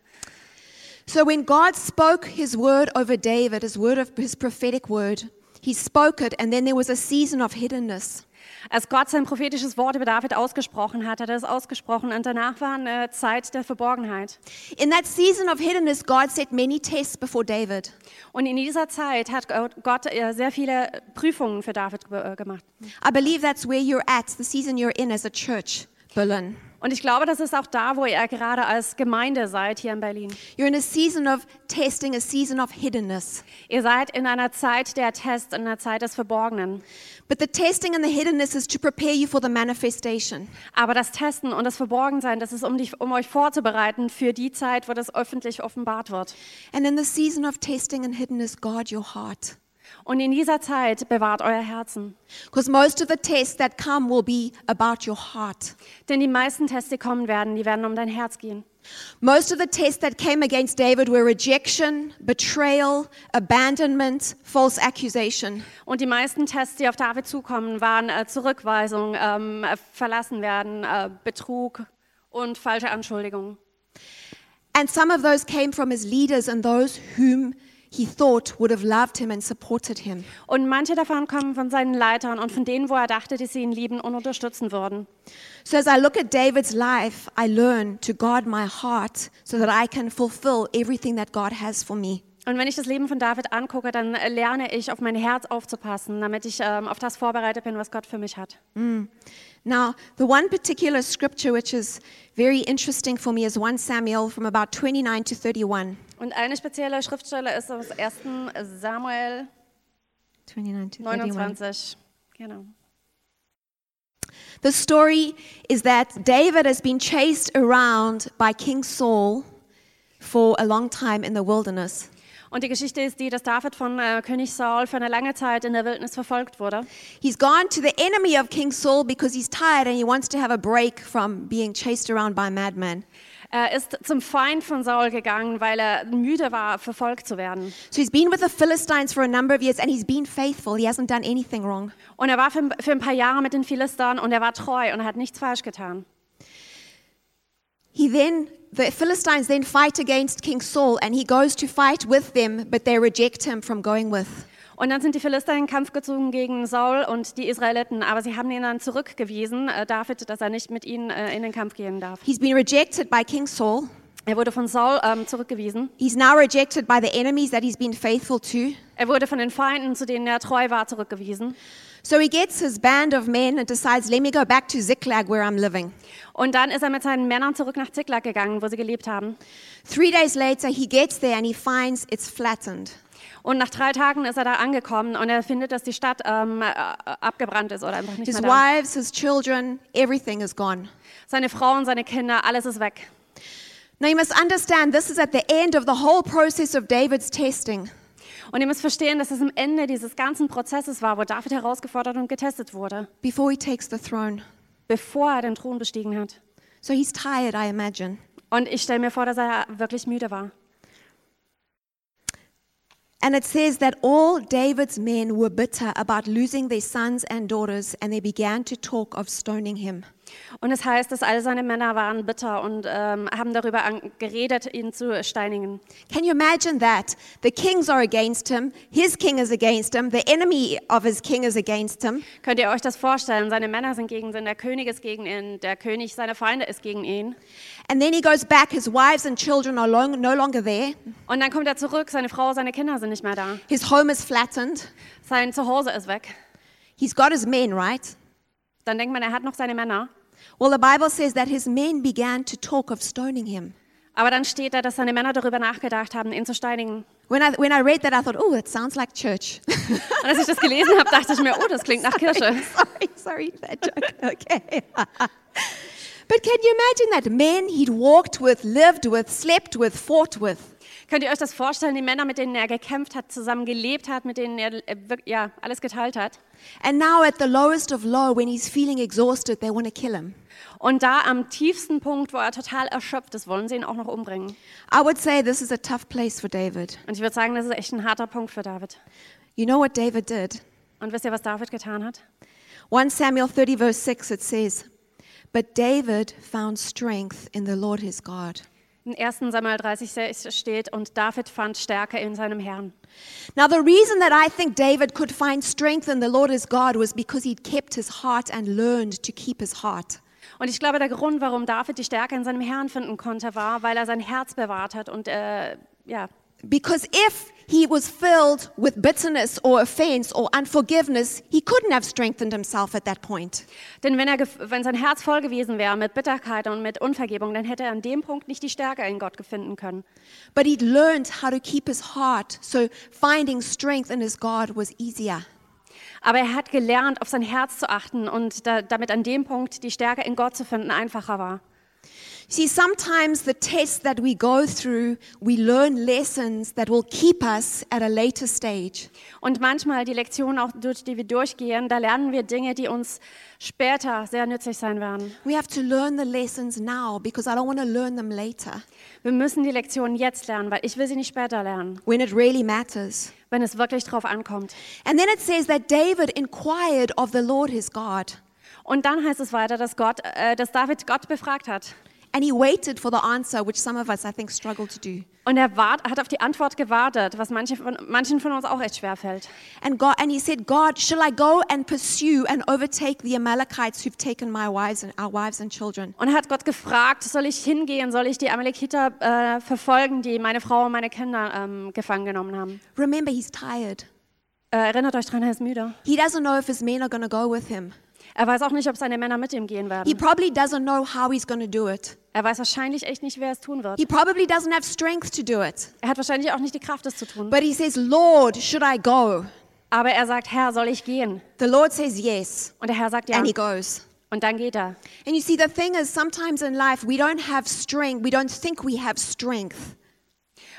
Speaker 3: So when God spoke his word over David, his word of his prophetic word, he spoke it and then there was a season of hiddenness.
Speaker 2: Als Gott sein prophetisches Wort über David ausgesprochen hat, hat er es ausgesprochen und danach war eine Zeit der Verborgenheit.
Speaker 3: In that season of hiddenness, God set many tests before David.
Speaker 2: Und in dieser Zeit hat Gott äh, sehr viele Prüfungen für David ge- äh, gemacht.
Speaker 3: I believe that's where you're at, the season you're in as a church, Berlin.
Speaker 2: Und ich glaube, das ist auch da, wo ihr gerade als Gemeinde seid hier in Berlin.
Speaker 3: You're in a season of testing, a season of hiddenness.
Speaker 2: Ihr seid in einer Zeit der Tests, in einer Zeit des Verborgenen.
Speaker 3: But the testing and the hiddenness is to prepare you for the manifestation.
Speaker 2: Aber das Testen und das Verborgensein, das ist, um, dich, um euch vorzubereiten für die Zeit, wo das öffentlich offenbart wird.
Speaker 3: And in the season of testing and hiddenness, guard your heart.
Speaker 2: Und in dieser Zeit bewahrt euer Herzen.
Speaker 3: Because most of the tests that come will be about your heart.
Speaker 2: Denn die meisten Tests, die kommen werden, die werden um dein Herz gehen.
Speaker 3: Most of the tests that came against David were rejection, betrayal, abandonment, false accusation.
Speaker 2: Und die meisten Tests, die auf David zukommen, waren äh, Zurückweisung, ähm, äh, verlassen werden, äh, Betrug und falsche Anschuldigungen.
Speaker 3: And some of those came from his leaders and those whom he thought would have loved him and supported him.
Speaker 2: Und manche davon kommen von seinen Leitern und von denen, wo er dachte, dass sie ihn lieben und unterstützen würden.
Speaker 3: So as I look at David's life, I learn to guard my heart so that I can fulfill everything that God has for me.
Speaker 2: Und wenn ich das Leben von David angucke, dann äh, lerne ich, auf mein Herz aufzupassen, damit ich ähm, auf das vorbereitet bin, was Gott für mich hat.
Speaker 3: Now, the one particular scripture which is very interesting for me is 1 Samuel from about 29 to 31.
Speaker 2: Und eine spezielle Schriftstelle ist aus 1. Samuel
Speaker 3: 29 to 31.
Speaker 2: 29. Genau.
Speaker 3: The story is that David has been chased around by King Saul for a long time in the wilderness.
Speaker 2: Und die Geschichte ist die, dass David von äh, König Saul für eine lange Zeit in der Wildnis verfolgt wurde.
Speaker 3: He's gone to the enemy of King Saul because he's tired and he wants to have a break from being chased around by madmen.
Speaker 2: Er ist zum Feind von Saul gegangen, weil er müde war, verfolgt zu werden.
Speaker 3: So he's been with the Philistines for a number of years and he's been faithful. He hasn't done anything wrong.
Speaker 2: Und er war für, für ein paar Jahre mit den Philistern und er war treu und er hat nichts falsch getan.
Speaker 3: He then the Philistines then fight against King Saul and he goes to fight with them, but they reject him from going with.
Speaker 2: Und dann sind die Philister in den Kampf gezogen gegen Saul und die Israeliten, aber sie haben ihn dann zurückgewiesen, äh, David, dass er nicht mit ihnen äh, in den Kampf gehen darf.
Speaker 3: He's been rejected by King Saul.
Speaker 2: Er wurde von Saul ähm, zurückgewiesen.
Speaker 3: He's now rejected by the enemies that he's been faithful to.
Speaker 2: Er wurde von den Feinden, zu denen er treu war, zurückgewiesen.
Speaker 3: So he gets his band of men and decides, let me go back to Ziklag where I'm living.
Speaker 2: Und dann ist er mit seinen Männern zurück nach Ziklag gegangen, wo sie gelebt haben.
Speaker 3: Three days later, he gets there and he finds it's flattened.
Speaker 2: Und nach drei Tagen ist er da angekommen und er findet, dass die Stadt ähm, äh, abgebrannt ist oder einfach nicht
Speaker 3: His
Speaker 2: mehr da.
Speaker 3: wives, his children, everything is gone.
Speaker 2: Seine Frau und seine Kinder, alles ist weg.
Speaker 3: Now you must understand this is at the end of the whole process of David's testing.
Speaker 2: Und ihr müsst verstehen, dass es am Ende dieses ganzen Prozesses war, wo David herausgefordert und getestet wurde,
Speaker 3: before he takes the throne.
Speaker 2: bevor er den Thron bestiegen hat.
Speaker 3: So he's tired, I imagine.
Speaker 2: Und ich stelle mir vor, dass er wirklich müde war.
Speaker 3: And it says that all David's men were bitter about losing their sons and daughters, and they began to talk of stoning him.
Speaker 2: Und es heißt, dass alle seine Männer waren bitter und ähm, haben darüber an, geredet, ihn zu steinigen.
Speaker 3: Can you imagine that? The kings are against him, his king is against him, the enemy of his king is against him.
Speaker 2: Könnt ihr euch das vorstellen? Seine Männer sind gegen ihn, der König ist gegen ihn, der König, seine Feinde ist gegen ihn.
Speaker 3: And then he goes back, his wives and children are long, no longer there,
Speaker 2: Und dann kommt er zurück, seine Frau, seine Kinder sind nicht mehr da.
Speaker 3: his home is flattened.
Speaker 2: Sein Zuhause ist weg.
Speaker 3: He's got his men, right?
Speaker 2: Dann denkt man, er hat noch seine Männer.
Speaker 3: Well, the Bible says that his men began to talk of stoning him.
Speaker 2: Aber dann steht da, dass seine Männer darüber nachgedacht haben, ihn zu steinigen.
Speaker 3: When I, when I read that, I thought, oh, it sounds like church.
Speaker 2: Und als ich das gelesen habe, dachte ich mir, oh, das klingt nach Kirche.
Speaker 3: sorry, sorry, for that joke. Okay. but can you imagine that men he'd walked with, lived with, slept with, fought with?
Speaker 2: Könnt ihr euch das vorstellen? Die Männer, mit denen er gekämpft hat, zusammen gelebt hat, mit denen er äh, wirk- ja, alles geteilt hat.
Speaker 3: And now at the lowest of low, when he's feeling exhausted, they want to kill him.
Speaker 2: Und da am tiefsten Punkt, wo er total erschöpft ist, wollen sie ihn auch noch umbringen.
Speaker 3: I would say this is a tough place for David.
Speaker 2: Und ich würde sagen, das ist echt ein harter Punkt für David.
Speaker 3: You know what David did?
Speaker 2: Und wisst ihr, was David getan hat?
Speaker 3: 1 Samuel 30, verse 6, it says, But David found strength in the Lord his God.
Speaker 2: In 1. Samuel 30 se- steht, und David fand Stärke in seinem Herrn.
Speaker 3: Now, the reason that I think David could find strength in the Lord his God was because he'd kept his heart and learned to keep his heart.
Speaker 2: Und ich glaube, der Grund, warum David die Stärke in seinem Herrn finden konnte, war, weil er sein Herz bewahrt hat und äh, ja.
Speaker 3: Because if he was filled with bitterness or offense or unforgiveness, he couldn't have strengthened himself at that point.
Speaker 2: Denn wenn, er, gef- wenn sein Herz voll gewesen wäre mit Bitterkeit und mit Unvergebung, dann hätte er an dem Punkt nicht die Stärke in Gott finden können.
Speaker 3: But he'd learned how to keep his heart, so finding strength in his God was easier.
Speaker 2: Aber er hat gelernt, auf sein Herz zu achten und da, damit an dem Punkt die Stärke in Gott zu finden einfacher war.
Speaker 3: See, sometimes the tests that we go through, we learn lessons that will keep us at a later stage.
Speaker 2: Und manchmal die Lektionen, auch durch die wir durchgehen, da lernen wir Dinge, die uns später sehr nützlich sein werden.
Speaker 3: We have to learn the lessons now because I don't want to learn them later
Speaker 2: Wir müssen die Lektionen jetzt lernen, weil ich will sie nicht später lernen,
Speaker 3: when it really matters.
Speaker 2: wenn es wirklich drauf ankommt.
Speaker 3: And then it says that David inquired of the Lord his God,
Speaker 2: Und dann heißt es weiter, dass, Gott, äh, dass David Gott befragt hat.
Speaker 3: and he waited for the answer, which some of us, I think, struggle to do.
Speaker 2: Und er wart, hat auf die Antwort gewartet, was manche von, manchen von uns auch echt schwer fällt.
Speaker 3: And, God, and he said, God, shall I go and pursue and overtake the Amalekites who've taken my wives and our wives and children?
Speaker 2: Und er hat Gott gefragt, soll ich hingehen, soll ich die Amalekiter äh, verfolgen, die meine Frau und meine Kinder ähm, gefangen genommen haben.
Speaker 3: Remember, he's tired.
Speaker 2: Äh, erinnert euch dran, er ist müde.
Speaker 3: He doesn't know if his men are going to go with him.
Speaker 2: Er weiß auch nicht, ob seine Männer mit ihm gehen
Speaker 3: He
Speaker 2: werden.
Speaker 3: probably doesn't know how he's going to do it.
Speaker 2: Er weiß wahrscheinlich echt nicht, wer es tun wird.
Speaker 3: He probably doesn't have strength to do it.
Speaker 2: Er hat wahrscheinlich auch nicht die Kraft, es zu tun.
Speaker 3: But he says, Lord, should I go?
Speaker 2: Aber er sagt, Herr, soll ich gehen?
Speaker 3: The Lord says yes,
Speaker 2: Und der Herr sagt ja.
Speaker 3: and he goes.
Speaker 2: Und dann geht er.
Speaker 3: And you see, the thing is, sometimes in life, we don't have strength. We don't think we have strength.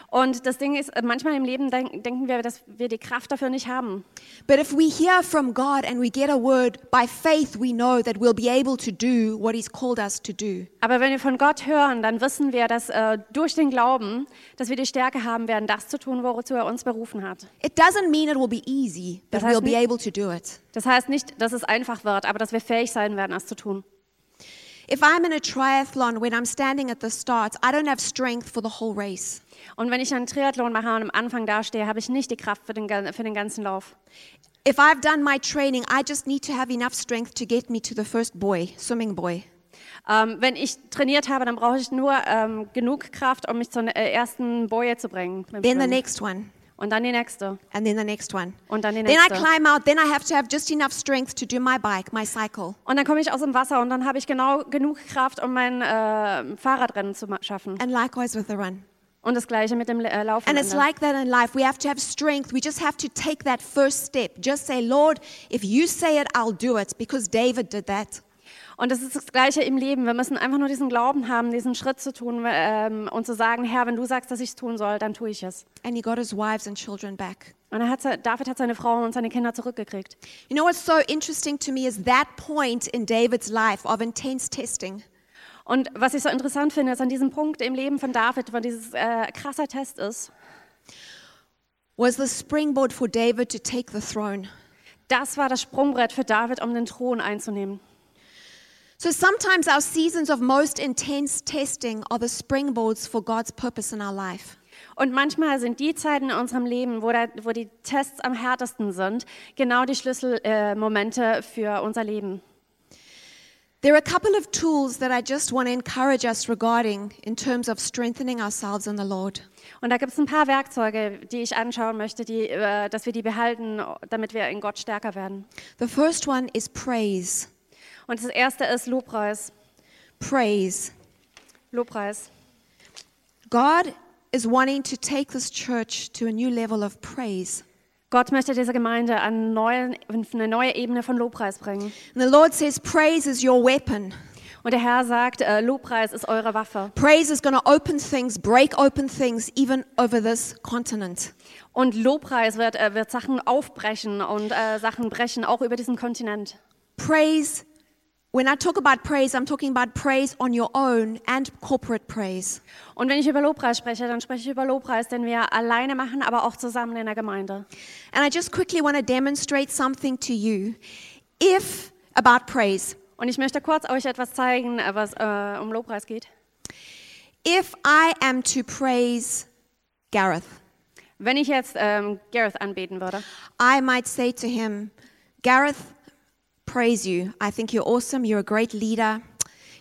Speaker 2: Und das Ding ist, manchmal im Leben denk, denken wir, dass wir die Kraft dafür nicht haben.
Speaker 3: But if we hear from God and we get a word, by faith, we know that we'll be able to do what he's called us to do.
Speaker 2: Aber wenn wir von Gott hören, dann wissen wir, dass äh, durch den Glauben, dass wir die Stärke haben werden, das zu tun, wozu er uns berufen hat.
Speaker 3: It doesn't mean it will be easy, but
Speaker 2: Das heißt
Speaker 3: we'll be
Speaker 2: nicht-
Speaker 3: able to do it.
Speaker 2: Das heißt nicht, dass es einfach wird, aber dass wir fähig sein werden, das zu tun.
Speaker 3: If I'm in a triathlon, when I'm standing at the start, I don't have strength for the whole race.
Speaker 2: Und wenn ich einen Triathlon mache und am Anfang dastehe, habe ich nicht die Kraft für den, gan- für den ganzen Lauf.
Speaker 3: If I've done my training, I just need to have enough strength to get me to the first boy, swimming boy.
Speaker 2: Ähm, wenn ich trainiert habe, dann brauche ich nur ähm, genug Kraft, um mich zur äh, ersten Boje zu bringen. beim
Speaker 3: Then the
Speaker 2: Schwimmen.
Speaker 3: next one,
Speaker 2: Und dann die nächste.
Speaker 3: and then the next one.
Speaker 2: Und dann die
Speaker 3: Then I
Speaker 2: nächste.
Speaker 3: climb out, then I have to have just enough strength to do my bike, my cycle.
Speaker 2: Und dann komme ich aus dem Wasser und dann habe ich genau genug Kraft, um mein äh, Fahrradrennen zu ma- schaffen.
Speaker 3: And likewise with the run.
Speaker 2: Und das gleiche mit dem Le- äh, Laufen.
Speaker 3: And it's like that in life. We have to have strength. We just have to take that first step. Just say, Lord, if you say it, I'll do it, because David did that.
Speaker 2: Und das ist das Gleiche im Leben. Wir müssen einfach nur diesen Glauben haben, diesen Schritt zu tun ähm, und zu sagen, Herr, wenn du sagst, dass ich es tun soll, dann tue ich es.
Speaker 3: And he got his wives and children back.
Speaker 2: Und er hat, se- David hat seine Frau und seine Kinder zurückgekriegt.
Speaker 3: You know what's so interesting to me is that point in David's life of intense testing.
Speaker 2: Und was ich so interessant finde, ist an diesem Punkt im Leben von David, wo dieses äh, krasser Test ist,
Speaker 3: was the springboard for David to take the throne.
Speaker 2: das war das Sprungbrett für David, um den Thron einzunehmen.
Speaker 3: So sometimes our seasons of most intense testing are the springboards for God's purpose in our life.
Speaker 2: Und manchmal sind die Zeiten in unserem Leben, wo, da, wo die Tests am härtesten sind, genau die Schlüsselmomente äh, Momente für unser Leben.
Speaker 3: There are a couple of tools that I just want to encourage us regarding in terms of strengthening ourselves in the Lord.
Speaker 2: Und da gibt es ein paar Werkzeuge, die ich anschauen möchte, die, äh, dass wir die behalten, damit wir in Gott stärker werden.
Speaker 3: The first one is praise.
Speaker 2: Und das erste ist Lobpreis.
Speaker 3: Praise.
Speaker 2: Lobpreis.
Speaker 3: God is wanting to take this church to a new level of praise.
Speaker 2: Gott möchte diese Gemeinde an neuen, auf eine neue Ebene von Lobpreis bringen.
Speaker 3: And the Lord says, Praise is your weapon.
Speaker 2: Und der Herr sagt, äh, Lobpreis ist eure Waffe.
Speaker 3: Praise is going to open things, break open things, even over this continent.
Speaker 2: Und Lobpreis wird, äh, wird Sachen aufbrechen und äh, Sachen brechen, auch über diesen Kontinent.
Speaker 3: praise when i talk about praise i'm talking about praise on your own and corporate praise
Speaker 2: Und wenn ich über Lobpreis spreche, dann spreche ich über Lobpreis, den wir alleine machen, aber auch zusammen in der Gemeinde.
Speaker 3: and i just quickly want to demonstrate something to you if about praise
Speaker 2: Und ich möchte kurz euch etwas zeigen, äh, was äh, um Lobpreis geht.
Speaker 3: if i am to praise gareth
Speaker 2: Wenn ich jetzt ähm, Gareth anbeten würde,
Speaker 3: i might say to him gareth praise you i think you're awesome you're a great leader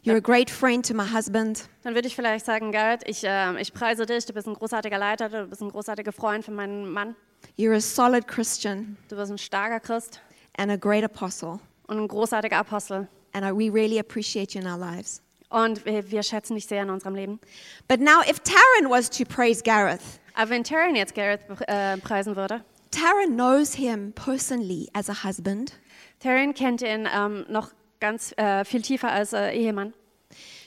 Speaker 3: you're a great friend to my husband
Speaker 2: dann würde ich vielleicht sagen, Gareth, ich, ähm, ich preise dich, du bist ein großartiger Leiter, du bist ein großartiger Freund für meinen Mann,
Speaker 3: you're a solid christian
Speaker 2: du bist ein starker Christ
Speaker 3: and a great apostle
Speaker 2: und ein großartiger Apostel.
Speaker 3: and I, we really appreciate you in our lives
Speaker 2: Und wir, wir schätzen dich sehr in unserem Leben.
Speaker 3: but now if taryn was to praise gareth
Speaker 2: Aber wenn Taryn jetzt Gareth be- äh, preisen würde,
Speaker 3: Tara knows him personally as a husband.
Speaker 2: Taryn kennt ihn ähm, noch ganz äh, viel tiefer als äh, Ehemann.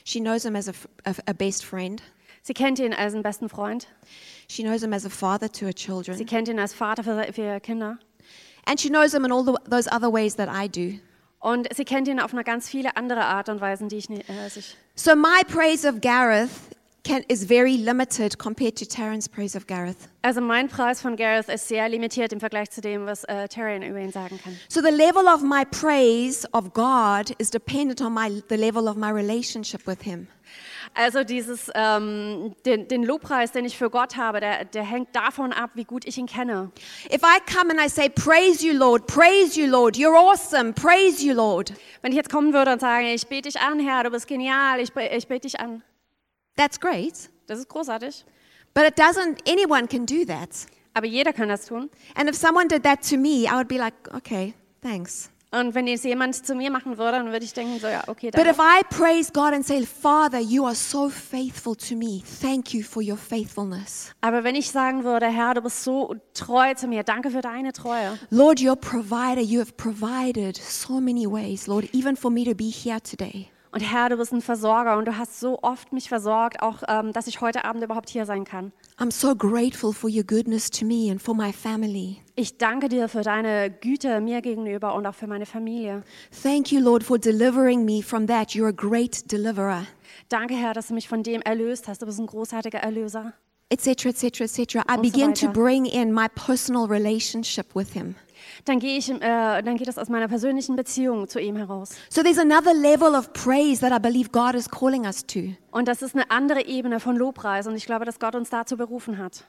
Speaker 3: She knows him as a, f- a f- a best friend.
Speaker 2: Sie kennt ihn als einen besten Freund.
Speaker 3: She knows him as a father to her
Speaker 2: Sie
Speaker 3: children.
Speaker 2: kennt ihn als Vater für, für ihre Kinder.
Speaker 3: And she knows him in all the, those other ways that I do.
Speaker 2: Und sie kennt ihn auf eine ganz viele andere Art und Weisen, die ich nicht, äh, sich.
Speaker 3: So my praise of Gareth can, is very limited compared to Taryn's praise of Gareth.
Speaker 2: Also mein Preis von Gareth ist sehr limitiert im Vergleich zu dem, was äh, Tyrion über ihn sagen kann.
Speaker 3: So the level of my praise of God is dependent on my, the level of my relationship with him.
Speaker 2: Also dieses, ähm, den, den Lobpreis, den ich für Gott habe, der, der hängt davon ab, wie gut ich ihn kenne.
Speaker 3: If I come and I say, Praise you, Lord, praise you, Lord, you're awesome, praise you, Lord,
Speaker 2: Wenn ich jetzt kommen würde und sage, ich bete dich an, Herr, du bist genial, ich, be- ich bete dich an,
Speaker 3: that's great.
Speaker 2: das ist großartig.
Speaker 3: But it doesn't, anyone can do that.
Speaker 2: Aber jeder kann das tun.
Speaker 3: And if someone did that to me, I would be like, Okay, thanks.
Speaker 2: Und wenn jetzt jemand zu mir machen würde, dann würde ich denken, so ja, okay,
Speaker 3: But
Speaker 2: dann.
Speaker 3: if I praise God and say, Father, you are so faithful to me, thank you for your faithfulness.
Speaker 2: Aber wenn ich sagen würde, Herr, du bist so treu zu mir, danke für deine Treue.
Speaker 3: Lord, your provider, you have provided so many ways, Lord, even for me to be here today.
Speaker 2: Und Herr, du bist ein Versorger und du hast so oft mich versorgt, auch ähm, dass ich heute Abend überhaupt hier sein kann.
Speaker 3: I'm so grateful for your goodness to me and for my family.
Speaker 2: Ich danke dir für deine Güte mir gegenüber und auch für meine Familie.
Speaker 3: Thank you, Lord, for delivering me from that. You're a great deliverer,
Speaker 2: Danke, Herr, dass du mich von dem erlöst hast. Du bist ein großartiger Erlöser.
Speaker 3: etc., etc., etc. I
Speaker 2: so
Speaker 3: begin to
Speaker 2: weiter.
Speaker 3: bring in my personal relationship with Him.
Speaker 2: Dann gehe ich, äh, dann geht das aus meiner persönlichen Beziehung zu ihm heraus.
Speaker 3: So there's another level of praise that I believe God is calling us to.
Speaker 2: Und das ist eine andere Ebene von Lobpreis und ich glaube, dass Gott uns dazu berufen hat.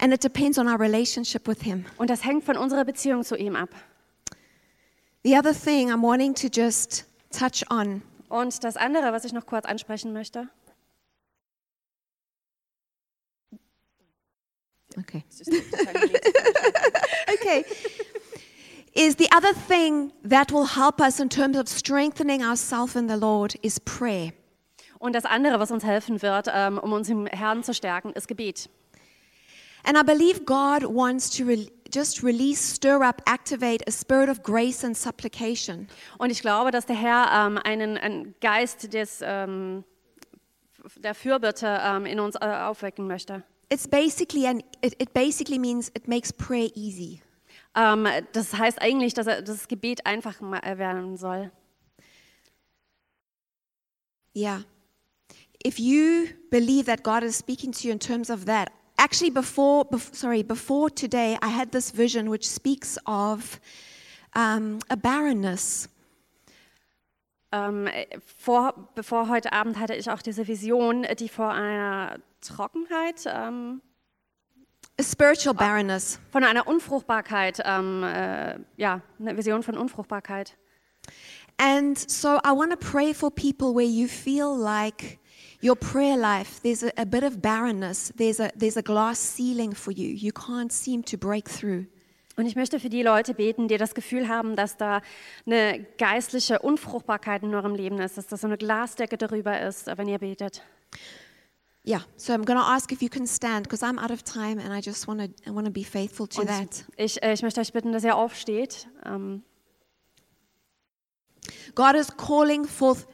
Speaker 3: And it depends on our relationship with Him.
Speaker 2: Und das hängt von unserer Beziehung zu ihm ab.
Speaker 3: The other thing I'm wanting to just touch on
Speaker 2: Und das andere, was ich noch kurz ansprechen möchte,
Speaker 3: Okay. okay. Is the other thing that will help us in terms of strengthening ourselves in the Lord is prayer.
Speaker 2: und das andere, was uns helfen wird, ähm, um uns im Herrn zu stärken, ist Gebet.
Speaker 3: And I believe God wants to re- just release, stir up, activate a spirit of grace and supplication.
Speaker 2: Und ich glaube, dass der Herr ähm, einen, einen Geist des, ähm, f- der Fürbitte ähm, in uns äh, aufwecken möchte.
Speaker 3: It's basically an it, it basically means it makes prayer easy.
Speaker 2: Ähm, das heißt eigentlich, dass er, dass das Gebet einfach ma- äh, werden soll.
Speaker 3: Yeah. If you believe that God is speaking to you in terms of that, actually, before, bef- sorry, before today, I had this vision which speaks of um, a barrenness.
Speaker 2: Ähm, vor, bevor heute Abend hatte ich auch diese Vision, die vor einer Trockenheit, ähm,
Speaker 3: A spiritual barrenness.
Speaker 2: von einer Unfruchtbarkeit, ähm, äh, ja, eine Vision von Unfruchtbarkeit.
Speaker 3: And so I want to pray for people where you feel like your prayer life, there's a, a bit of barrenness, there's a, there's a glass ceiling for you. You can't seem to break through.
Speaker 2: Und ich möchte für die Leute beten, die das Gefühl haben, dass da eine geistliche Unfruchtbarkeit in eurem Leben ist, dass da so eine Glasdecke darüber ist, wenn ihr betet.
Speaker 3: Yeah, so I'm going to ask if you can stand because I'm out of time and I just want to I want to be faithful to that.
Speaker 2: Ich, äh, ich möchte euch bitten, dass ihr aufsteht. Ähm,
Speaker 3: God is calling forth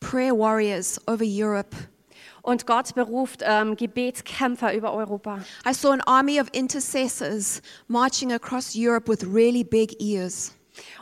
Speaker 3: prayer warriors over Europe.
Speaker 2: und Gott beruft ähm, Gebetskämpfer über Europa.
Speaker 3: I saw an army of intercessors marching across Europe with really big ears.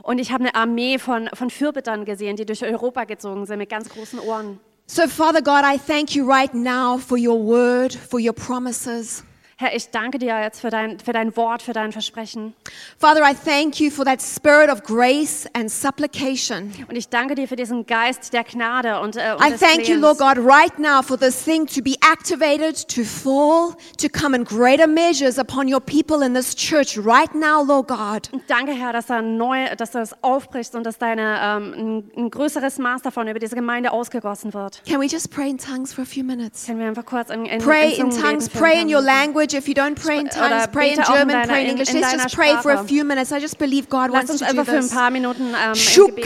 Speaker 2: Und ich habe eine Armee von, von Fürbittern gesehen, die durch Europa gezogen sind mit ganz großen Ohren.
Speaker 3: So, Father God, I thank you right now for your word, for your promises.
Speaker 2: Herr, ich danke dir jetzt für dein, für dein Wort, für dein Versprechen.
Speaker 3: Father, I thank you for that spirit of grace and supplication.
Speaker 2: Und ich danke dir für diesen Geist der Gnade und, äh, und
Speaker 3: I
Speaker 2: des
Speaker 3: thank you,
Speaker 2: Flehens.
Speaker 3: Lord God, right now for this thing to be activated, to fall, to come in greater measures upon your people in this church right now, Lord God.
Speaker 2: Danke, Herr, dass, da neu, dass du das aufbrichst und dass deine, ähm, ein, ein größeres Maß davon über diese Gemeinde ausgegossen wird.
Speaker 3: Can we just pray in tongues for a few minutes?
Speaker 2: Können wir einfach kurz in, in,
Speaker 3: Pray
Speaker 2: Zungen
Speaker 3: in
Speaker 2: beten
Speaker 3: tongues,
Speaker 2: für
Speaker 3: pray
Speaker 2: den
Speaker 3: in your
Speaker 2: Herrn?
Speaker 3: language. If you don't pray in
Speaker 2: Oder
Speaker 3: tongues, pray uh, in
Speaker 2: bete auch in
Speaker 3: German,
Speaker 2: deiner-
Speaker 3: pray in
Speaker 2: in-
Speaker 3: English.
Speaker 2: in
Speaker 3: Let's
Speaker 2: deiner
Speaker 3: just pray for a
Speaker 2: Sprache.
Speaker 3: few minutes. I just believe God
Speaker 2: Lass
Speaker 3: wants
Speaker 2: uns
Speaker 3: to do
Speaker 2: einfach für ein
Speaker 3: this.
Speaker 2: paar Minuten ähm, im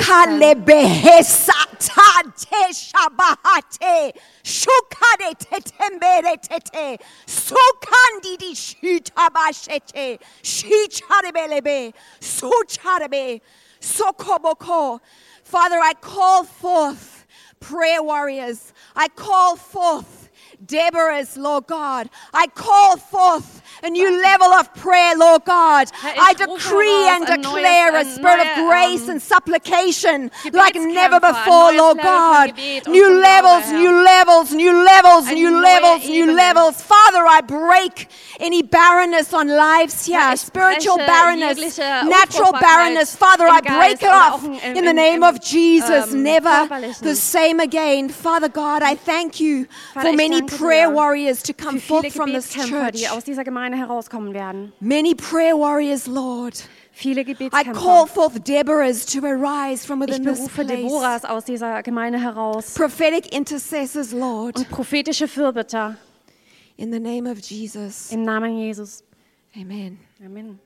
Speaker 2: Gebet sein.
Speaker 3: Shukalebehesatatashabahate. Shukadetetemberetete. Sukandidishitabashete. Shicharebelebe. Sucharebe. Sokoboko. Father, I call forth prayer warriors. I call forth Deborah's, Lord God. I call forth a new level of prayer, Lord God.
Speaker 2: Herr, ich
Speaker 3: I
Speaker 2: rufe
Speaker 3: decree
Speaker 2: heraus
Speaker 3: and
Speaker 2: ein
Speaker 3: declare a
Speaker 2: neues- ein
Speaker 3: spirit of
Speaker 2: neue,
Speaker 3: grace
Speaker 2: ähm,
Speaker 3: and supplication like never
Speaker 2: Gebetskämpfe, ein
Speaker 3: before,
Speaker 2: neues
Speaker 3: Lord
Speaker 2: Level von
Speaker 3: God.
Speaker 2: Gebet und
Speaker 3: New
Speaker 2: von Glaube,
Speaker 3: levels,
Speaker 2: Herr.
Speaker 3: new levels, new levels,
Speaker 2: Eine
Speaker 3: new
Speaker 2: neue
Speaker 3: levels, new
Speaker 2: Ebene.
Speaker 3: levels. Father, I break any barrenness on lives here,
Speaker 2: Herr, ich
Speaker 3: spiritual
Speaker 2: breche
Speaker 3: barrenness,
Speaker 2: jegliche
Speaker 3: natural
Speaker 2: Unfruchtbarkeit
Speaker 3: barrenness. Father,
Speaker 2: im
Speaker 3: I
Speaker 2: Geist
Speaker 3: break it
Speaker 2: und
Speaker 3: off
Speaker 2: auch im-
Speaker 3: in the
Speaker 2: im-
Speaker 3: name
Speaker 2: im,
Speaker 3: of Jesus.
Speaker 2: ähm,
Speaker 3: Never the
Speaker 2: körperlichen.
Speaker 3: same again. Father God, I thank you
Speaker 2: Vater,
Speaker 3: for
Speaker 2: ich
Speaker 3: many
Speaker 2: danke
Speaker 3: prayer
Speaker 2: dir
Speaker 3: warriors to
Speaker 2: Für
Speaker 3: come
Speaker 2: viele
Speaker 3: forth from this
Speaker 2: Gebetskämpfer,
Speaker 3: church.
Speaker 2: die aus dieser Gemeinde herauskommen werden.
Speaker 3: Many prayer warriors, Lord.
Speaker 2: Viele
Speaker 3: I call
Speaker 2: Gebetskämpfer.
Speaker 3: forth Deborahs to arise from
Speaker 2: Ich
Speaker 3: within this
Speaker 2: berufe
Speaker 3: place.
Speaker 2: Deborahs aus dieser Gemeinde heraus.
Speaker 3: Prophetic intercessors, Lord,
Speaker 2: Und prophetische Fürbitter
Speaker 3: in the name of Jesus.
Speaker 2: im Namen Jesus.
Speaker 3: Amen.
Speaker 2: Amen.